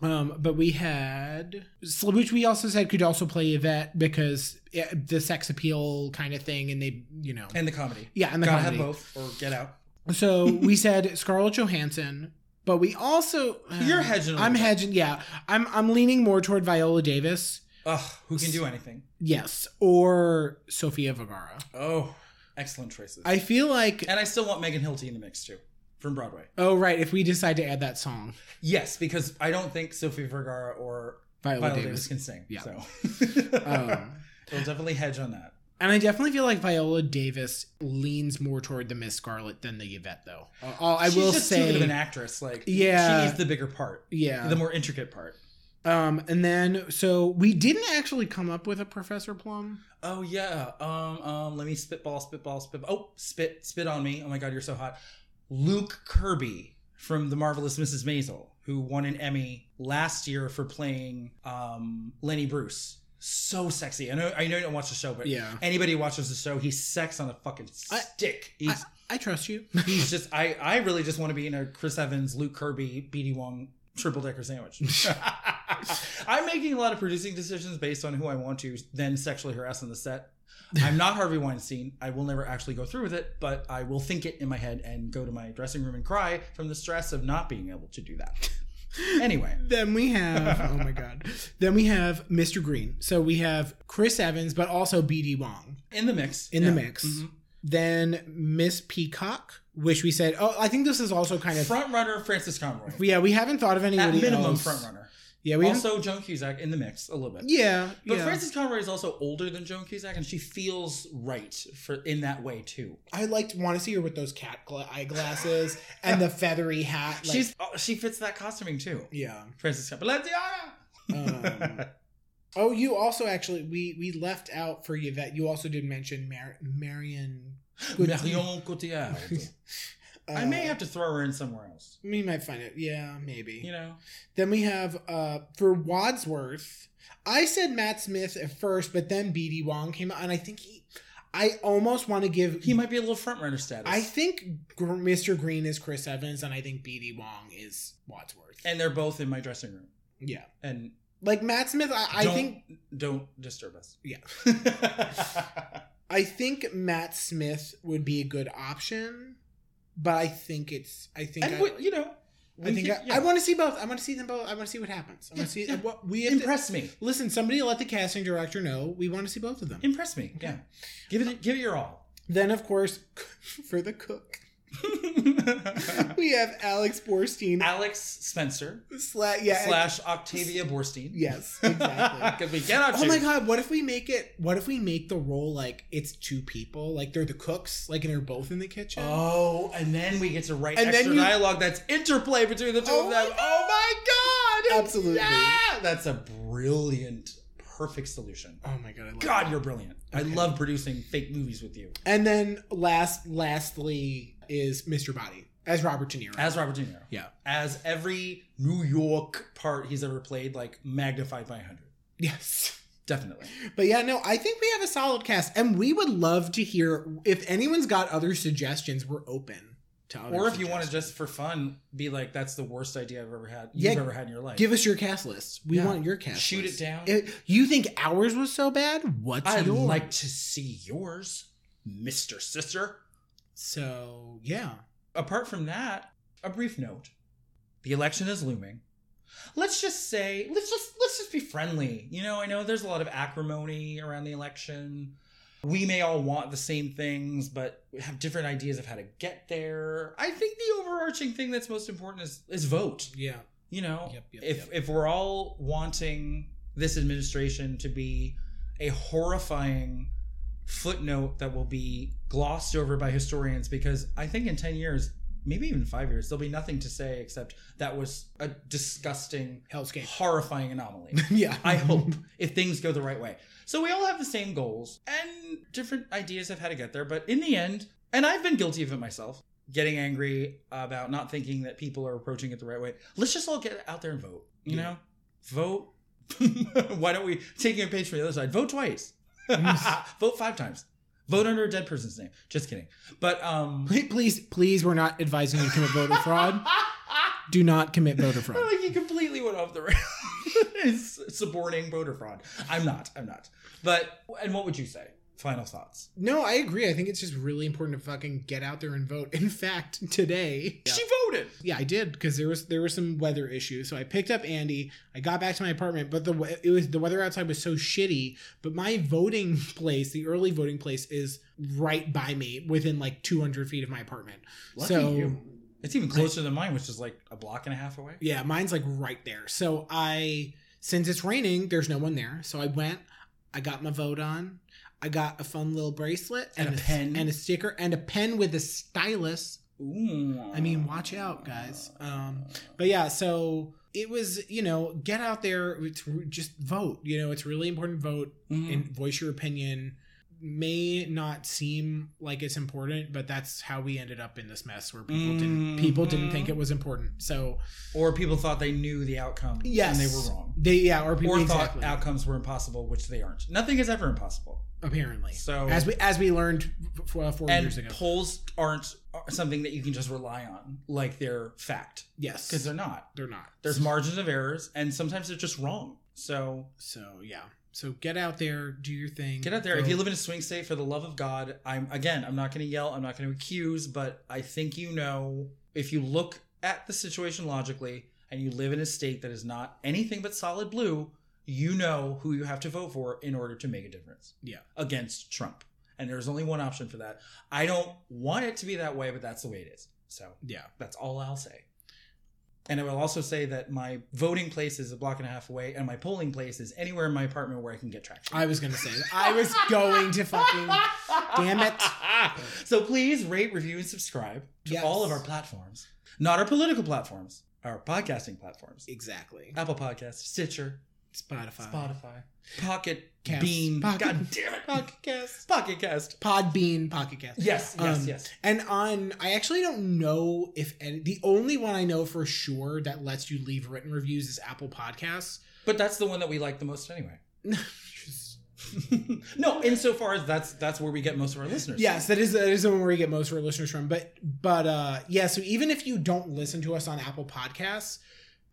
Speaker 2: um, but we had so- which we also said could also play Yvette because yeah, the sex appeal kind of thing, and they you know
Speaker 1: And the comedy.
Speaker 2: yeah, and the
Speaker 1: Gotta
Speaker 2: comedy.
Speaker 1: have both or get out.
Speaker 2: So we said Scarlett Johansson, but we also uh,
Speaker 1: You're hedging a little
Speaker 2: I'm
Speaker 1: bit.
Speaker 2: hedging. Yeah, I'm I'm leaning more toward Viola Davis.
Speaker 1: Ugh, who can do anything?
Speaker 2: Yes, or Sofia Vergara.
Speaker 1: Oh, excellent choices.
Speaker 2: I feel like
Speaker 1: and I still want Megan Hilty in the mix too, from Broadway.
Speaker 2: oh right, if we decide to add that song,
Speaker 1: Yes, because I don't think Sophie Vergara or
Speaker 2: Viola,
Speaker 1: Viola Davis
Speaker 2: Davis.
Speaker 1: can sing.
Speaker 2: Yeah.
Speaker 1: So
Speaker 2: um,
Speaker 1: we'll definitely hedge on that.
Speaker 2: and I definitely feel like Viola Davis leans more toward the Miss Scarlet than the Yvette, though. Uh, all- I
Speaker 1: She's
Speaker 2: will
Speaker 1: just too good of an
Speaker 2: say,
Speaker 1: actress. Like,
Speaker 2: Yeah.
Speaker 1: she needs the bigger part,
Speaker 2: yeah.
Speaker 1: the more intricate part.
Speaker 2: um, and then so we didn't actually come up with a Professor Plum.
Speaker 1: Oh yeah. Um. Um. Let me spitball. Spitball. Spit. Oh, spit. Spit on me. Oh my God, you're so hot. Luke Kirby from the marvelous Mrs. Maisel, who won an Emmy last year for playing um Lenny Bruce. So sexy. I know. I know you don't watch the show, but
Speaker 2: Yeah,
Speaker 1: anybody who watches the show, he's sex on a fucking
Speaker 2: I-
Speaker 1: stick. He's
Speaker 2: I trust you.
Speaker 1: he's just. I I really just want to be in a Chris Evans, Luke Kirby, BD Wong triple decker sandwich. I'm making a lot of producing decisions based on who I want to then sexually harass on the set. I'm not Harvey Weinstein. I will never actually go through with it, but I will think it in my head and go to my dressing room and cry from the stress of not being able to do that. Anyway,
Speaker 2: Then we have oh my god. Then we have Mr. Green. So we have Chris Evans, but also BD Wong.
Speaker 1: in the mix.
Speaker 2: In the mix.
Speaker 1: Mhm.
Speaker 2: Then Miss Peacock, which we said. Oh, I think this is also kind of.
Speaker 1: Front runner Francis Conroy.
Speaker 2: yeah, we haven't thought of
Speaker 1: At
Speaker 2: anybody
Speaker 1: minimum,
Speaker 2: else.
Speaker 1: front runner.
Speaker 2: Yeah, we also.
Speaker 1: also, Joan Cusack in the mix a little bit.
Speaker 2: Yeah,
Speaker 1: But
Speaker 2: yeah.
Speaker 1: Frances Conroy is also older than Joan Cusack, and she feels right for in that way too.
Speaker 2: I liked want to see her with those cat gla- eyeglasses and the feathery hat. Like,
Speaker 1: She's oh, she fits that costuming too.
Speaker 2: yeah.
Speaker 1: Frances Conroy, Balenciaga.
Speaker 2: Um, oh, you also actually we we left out for Yvette. You also did mention Mar- Marion. Cotillard.
Speaker 1: Marion Cotillard. I may
Speaker 2: Uh,
Speaker 1: have to throw her in somewhere else.
Speaker 2: We might find it. Yeah, maybe.
Speaker 1: You know,
Speaker 2: Then we have uh for Wadsworth. I said Matt Smith at first, but then BD Wong came out, and I think he. I almost want to give.
Speaker 1: he might be a little front runner status.
Speaker 2: I think Gr- Mr. Green is Chris Evans, and I think BD Wong is Wadsworth.
Speaker 1: and they're both in my dressing room.
Speaker 2: yeah,
Speaker 1: And
Speaker 2: like Matt Smith. I, I
Speaker 1: don't,
Speaker 2: think.
Speaker 1: don't disturb us.
Speaker 2: Yeah. I think Matt Smith would be a good option, but I think it's. I think. I,
Speaker 1: and what you know,
Speaker 2: I think I, I want to see both. I want to see them both. I want to see what happens. I want to see uh,
Speaker 1: Yeah, yeah.
Speaker 2: what we have to-
Speaker 1: impress me.
Speaker 2: Listen, somebody let the casting director know we want to see both of them.
Speaker 1: Impress me.
Speaker 2: Okay.
Speaker 1: Yeah, give it give it your all.
Speaker 2: Then, of course, for the cook, we have Alex Borstein.
Speaker 1: Alex Spencer
Speaker 2: Sla- yeah,
Speaker 1: slash Octavia Borstein.
Speaker 2: yes, exactly.
Speaker 1: Because we cannot.
Speaker 2: oh my
Speaker 1: choose.
Speaker 2: god, what if we make it? What if we make the role like it's two people, like they're the cooks, like and they're both in the kitchen?
Speaker 1: Oh, and then we get to write
Speaker 2: And then
Speaker 1: extra
Speaker 2: you-
Speaker 1: dialogue that's interplay between the two
Speaker 2: Oh
Speaker 1: of
Speaker 2: my
Speaker 1: them. Oh my
Speaker 2: Absolutely.
Speaker 1: Yeah, that's a brilliant, perfect solution.
Speaker 2: Oh my god, I love
Speaker 1: God, you're brilliant. I
Speaker 2: Okay.
Speaker 1: love producing fake movies with you
Speaker 2: And then last, lastly is Mr. Body as Robert De Niro.
Speaker 1: as Robert De Niro.
Speaker 2: Yeah.
Speaker 1: As every New York part he's ever played, like magnified by 100.
Speaker 2: yes.
Speaker 1: Definitely.
Speaker 2: But yeah, no, I think we have a solid cast, and we would love to hear if anyone's got other suggestions. We're open to other
Speaker 1: Or if you want to
Speaker 2: suggestions.
Speaker 1: just for fun be like, that's the worst idea I've ever had,
Speaker 2: Yeah,
Speaker 1: you've ever had in your life.
Speaker 2: give us your cast list, we
Speaker 1: Yeah.
Speaker 2: want your cast.
Speaker 1: Shoot
Speaker 2: list.
Speaker 1: it down.
Speaker 2: If you think ours was so bad? What's
Speaker 1: I'd
Speaker 2: yours?
Speaker 1: like to see yours, Mr. Sister.
Speaker 2: so yeah,
Speaker 1: Apart from that, a brief note. The election is looming. Let's just say, let's just let's just be friendly. You know, I know there's a lot of acrimony around the election. We may all want the same things, but we have different ideas of how to get there. I think the overarching thing that's most important is is vote.
Speaker 2: yeah,
Speaker 1: You know,
Speaker 2: Yep, yep,
Speaker 1: if
Speaker 2: yep.
Speaker 1: if we're all wanting this administration to be a horrifying footnote that will be glossed over by historians because I think in 10 years, maybe even 5 years, there'll be nothing to say except that was a disgusting,
Speaker 2: Hellscape.
Speaker 1: horrifying anomaly.
Speaker 2: yeah,
Speaker 1: I hope if things go the right way. So we all have the same goals and different ideas of how to get there, but in the end, and I've been guilty of it myself, getting angry about not thinking that people are approaching it the right way. Let's just all get out there and vote. You
Speaker 2: Yeah.
Speaker 1: know, vote. Why don't we taking a page from the other side? Vote twice. vote five times. Vote under a dead person's name. Just kidding. But um,
Speaker 2: Please, please, please, we're not advising you to commit voter fraud. Do not commit voter fraud.
Speaker 1: Like he completely went off the rails. Supporting voter fraud. I'm not. I'm not. But and what would you say? Final thoughts.
Speaker 2: No, I agree. I think it's just really important to fucking get out there and vote. In fact, today,
Speaker 1: She voted.
Speaker 2: yeah, I did because there was there was some weather issues. So I picked up Andy. I got back to my apartment, but the we- it was the weather outside was so shitty. But my voting place, the early voting place, is right by me, within like 200 feet of my apartment.
Speaker 1: Lucky
Speaker 2: so
Speaker 1: you. It's even closer than mine, which is like a block and a half away.
Speaker 2: yeah, mine's like right there. So I since it's raining, there's no one there. So I went. I got my vote on. I got a fun little bracelet
Speaker 1: And a pen.
Speaker 2: and a sticker and a pen with a stylus.
Speaker 1: Ooh.
Speaker 2: I mean, watch out, guys. Um, but yeah, so it was, you know, get out there, it's, just vote. You know, it's really important to vote
Speaker 1: Mhm.
Speaker 2: and voice your opinion. May not seem like it's important, but that's how we ended up in this mess where people didn't people didn't
Speaker 1: Mhm.
Speaker 2: think it was important. So
Speaker 1: or people thought they knew the outcome.
Speaker 2: Yes.
Speaker 1: and they were wrong.
Speaker 2: they yeah, or people
Speaker 1: Or
Speaker 2: exactly,
Speaker 1: thought outcomes were impossible, which they aren't. Nothing is ever impossible.
Speaker 2: apparently.
Speaker 1: So
Speaker 2: as we as we learned f- f- uh, four
Speaker 1: and
Speaker 2: years ago,
Speaker 1: polls aren't are something that you can just rely on, like they're fact,
Speaker 2: yes,
Speaker 1: because they're not.
Speaker 2: they're not.
Speaker 1: there's margins of errors and sometimes they're just wrong so
Speaker 2: so yeah. So get out there, do your thing.
Speaker 1: get out there if you
Speaker 2: vote.
Speaker 1: live in a swing state for the love of god i'm again i'm not going to yell i'm not going to accuse but i think you know if you look at the situation logically and you live in a state that is not anything but solid blue you know who you have to vote for in order to make a difference
Speaker 2: Yeah.
Speaker 1: against trump and there's only one option for that i don't want it to be that way but that's the way it is so
Speaker 2: yeah.
Speaker 1: That's all I'll say. And I will also say that my voting place is a block and a half away, and my polling place is anywhere in my apartment where I can get traction.
Speaker 2: I was gonna say that. I was going to fucking damn it.
Speaker 1: So please rate, review, and subscribe to
Speaker 2: Yes.
Speaker 1: all of our platforms. Not our political platforms, our podcasting platforms.
Speaker 2: exactly
Speaker 1: Apple Podcasts, Stitcher,
Speaker 2: Spotify,
Speaker 1: Spotify, Pocket
Speaker 2: Cast.
Speaker 1: Bean,
Speaker 2: Pocket-
Speaker 1: God damn it, Pocket,
Speaker 2: Pocket Cast,
Speaker 1: Pocket Cast.
Speaker 2: Podbean, Pocket Cast.
Speaker 1: Yes, yes,
Speaker 2: Um,
Speaker 1: yes.
Speaker 2: And on, I actually don't know if any, the only one I know for sure that lets you leave written reviews is Apple Podcasts.
Speaker 1: But that's the one that we like the most anyway.
Speaker 2: Just-
Speaker 1: no, insofar as that's that's where we get most of our listeners.
Speaker 2: Yes, that is that is the one where we get most of our listeners from. But but uh yeah, so even if you don't listen to us on Apple Podcasts,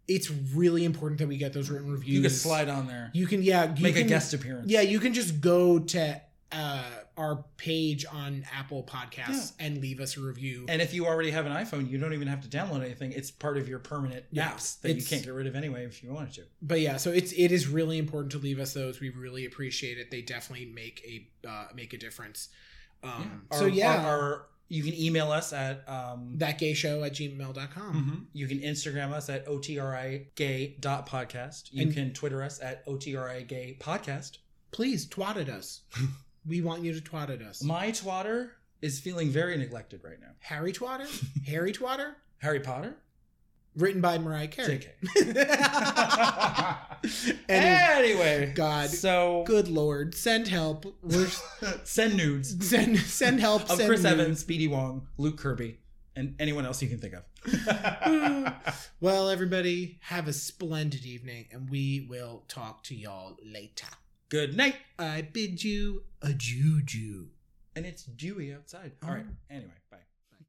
Speaker 2: it's really important that we get those written reviews.
Speaker 1: You can slide on there.
Speaker 2: You can yeah. You
Speaker 1: Make a
Speaker 2: can-
Speaker 1: guest appearance.
Speaker 2: Yeah, you can just go to uh, our page on Apple Podcasts and leave us a review.
Speaker 1: And if you already have an iPhone, you don't even have to download anything. It's part of your permanent
Speaker 2: Yeah,
Speaker 1: apps that you
Speaker 2: it's-
Speaker 1: can't get rid of anyway if you wanted to.
Speaker 2: but yeah, so it's it is really important to leave us those. We really appreciate it. They definitely make a uh, make a difference. Um,
Speaker 1: Our-
Speaker 2: So yeah,
Speaker 1: Our, our- you can email us at um
Speaker 2: that gay show at gmail.com.
Speaker 1: mhm. you can Instagram us at OTRIGay.podcast. You
Speaker 2: And-
Speaker 1: can Twitter us at OTRIGay podcast.
Speaker 2: Please twat at us. we want you to twat at us.
Speaker 1: My twatter is feeling very neglected right now.
Speaker 2: Harry Twatter? Harry Twatter?
Speaker 1: Harry Potter?
Speaker 2: Written by Mariah Carey.
Speaker 1: JK.
Speaker 2: anyway,
Speaker 1: anyway,
Speaker 2: God,
Speaker 1: so
Speaker 2: good Lord, send help. We're
Speaker 1: send nudes
Speaker 2: send send help.
Speaker 1: of
Speaker 2: send
Speaker 1: Chris
Speaker 2: news.
Speaker 1: Evans, Speedy Wong, Luke Kirby, and anyone else you can think of.
Speaker 2: Well, everybody, have a splendid evening, and we will talk to y'all later.
Speaker 1: Good night.
Speaker 2: I bid you a juju.
Speaker 1: And it's dewy outside. All right. Anyway, bye.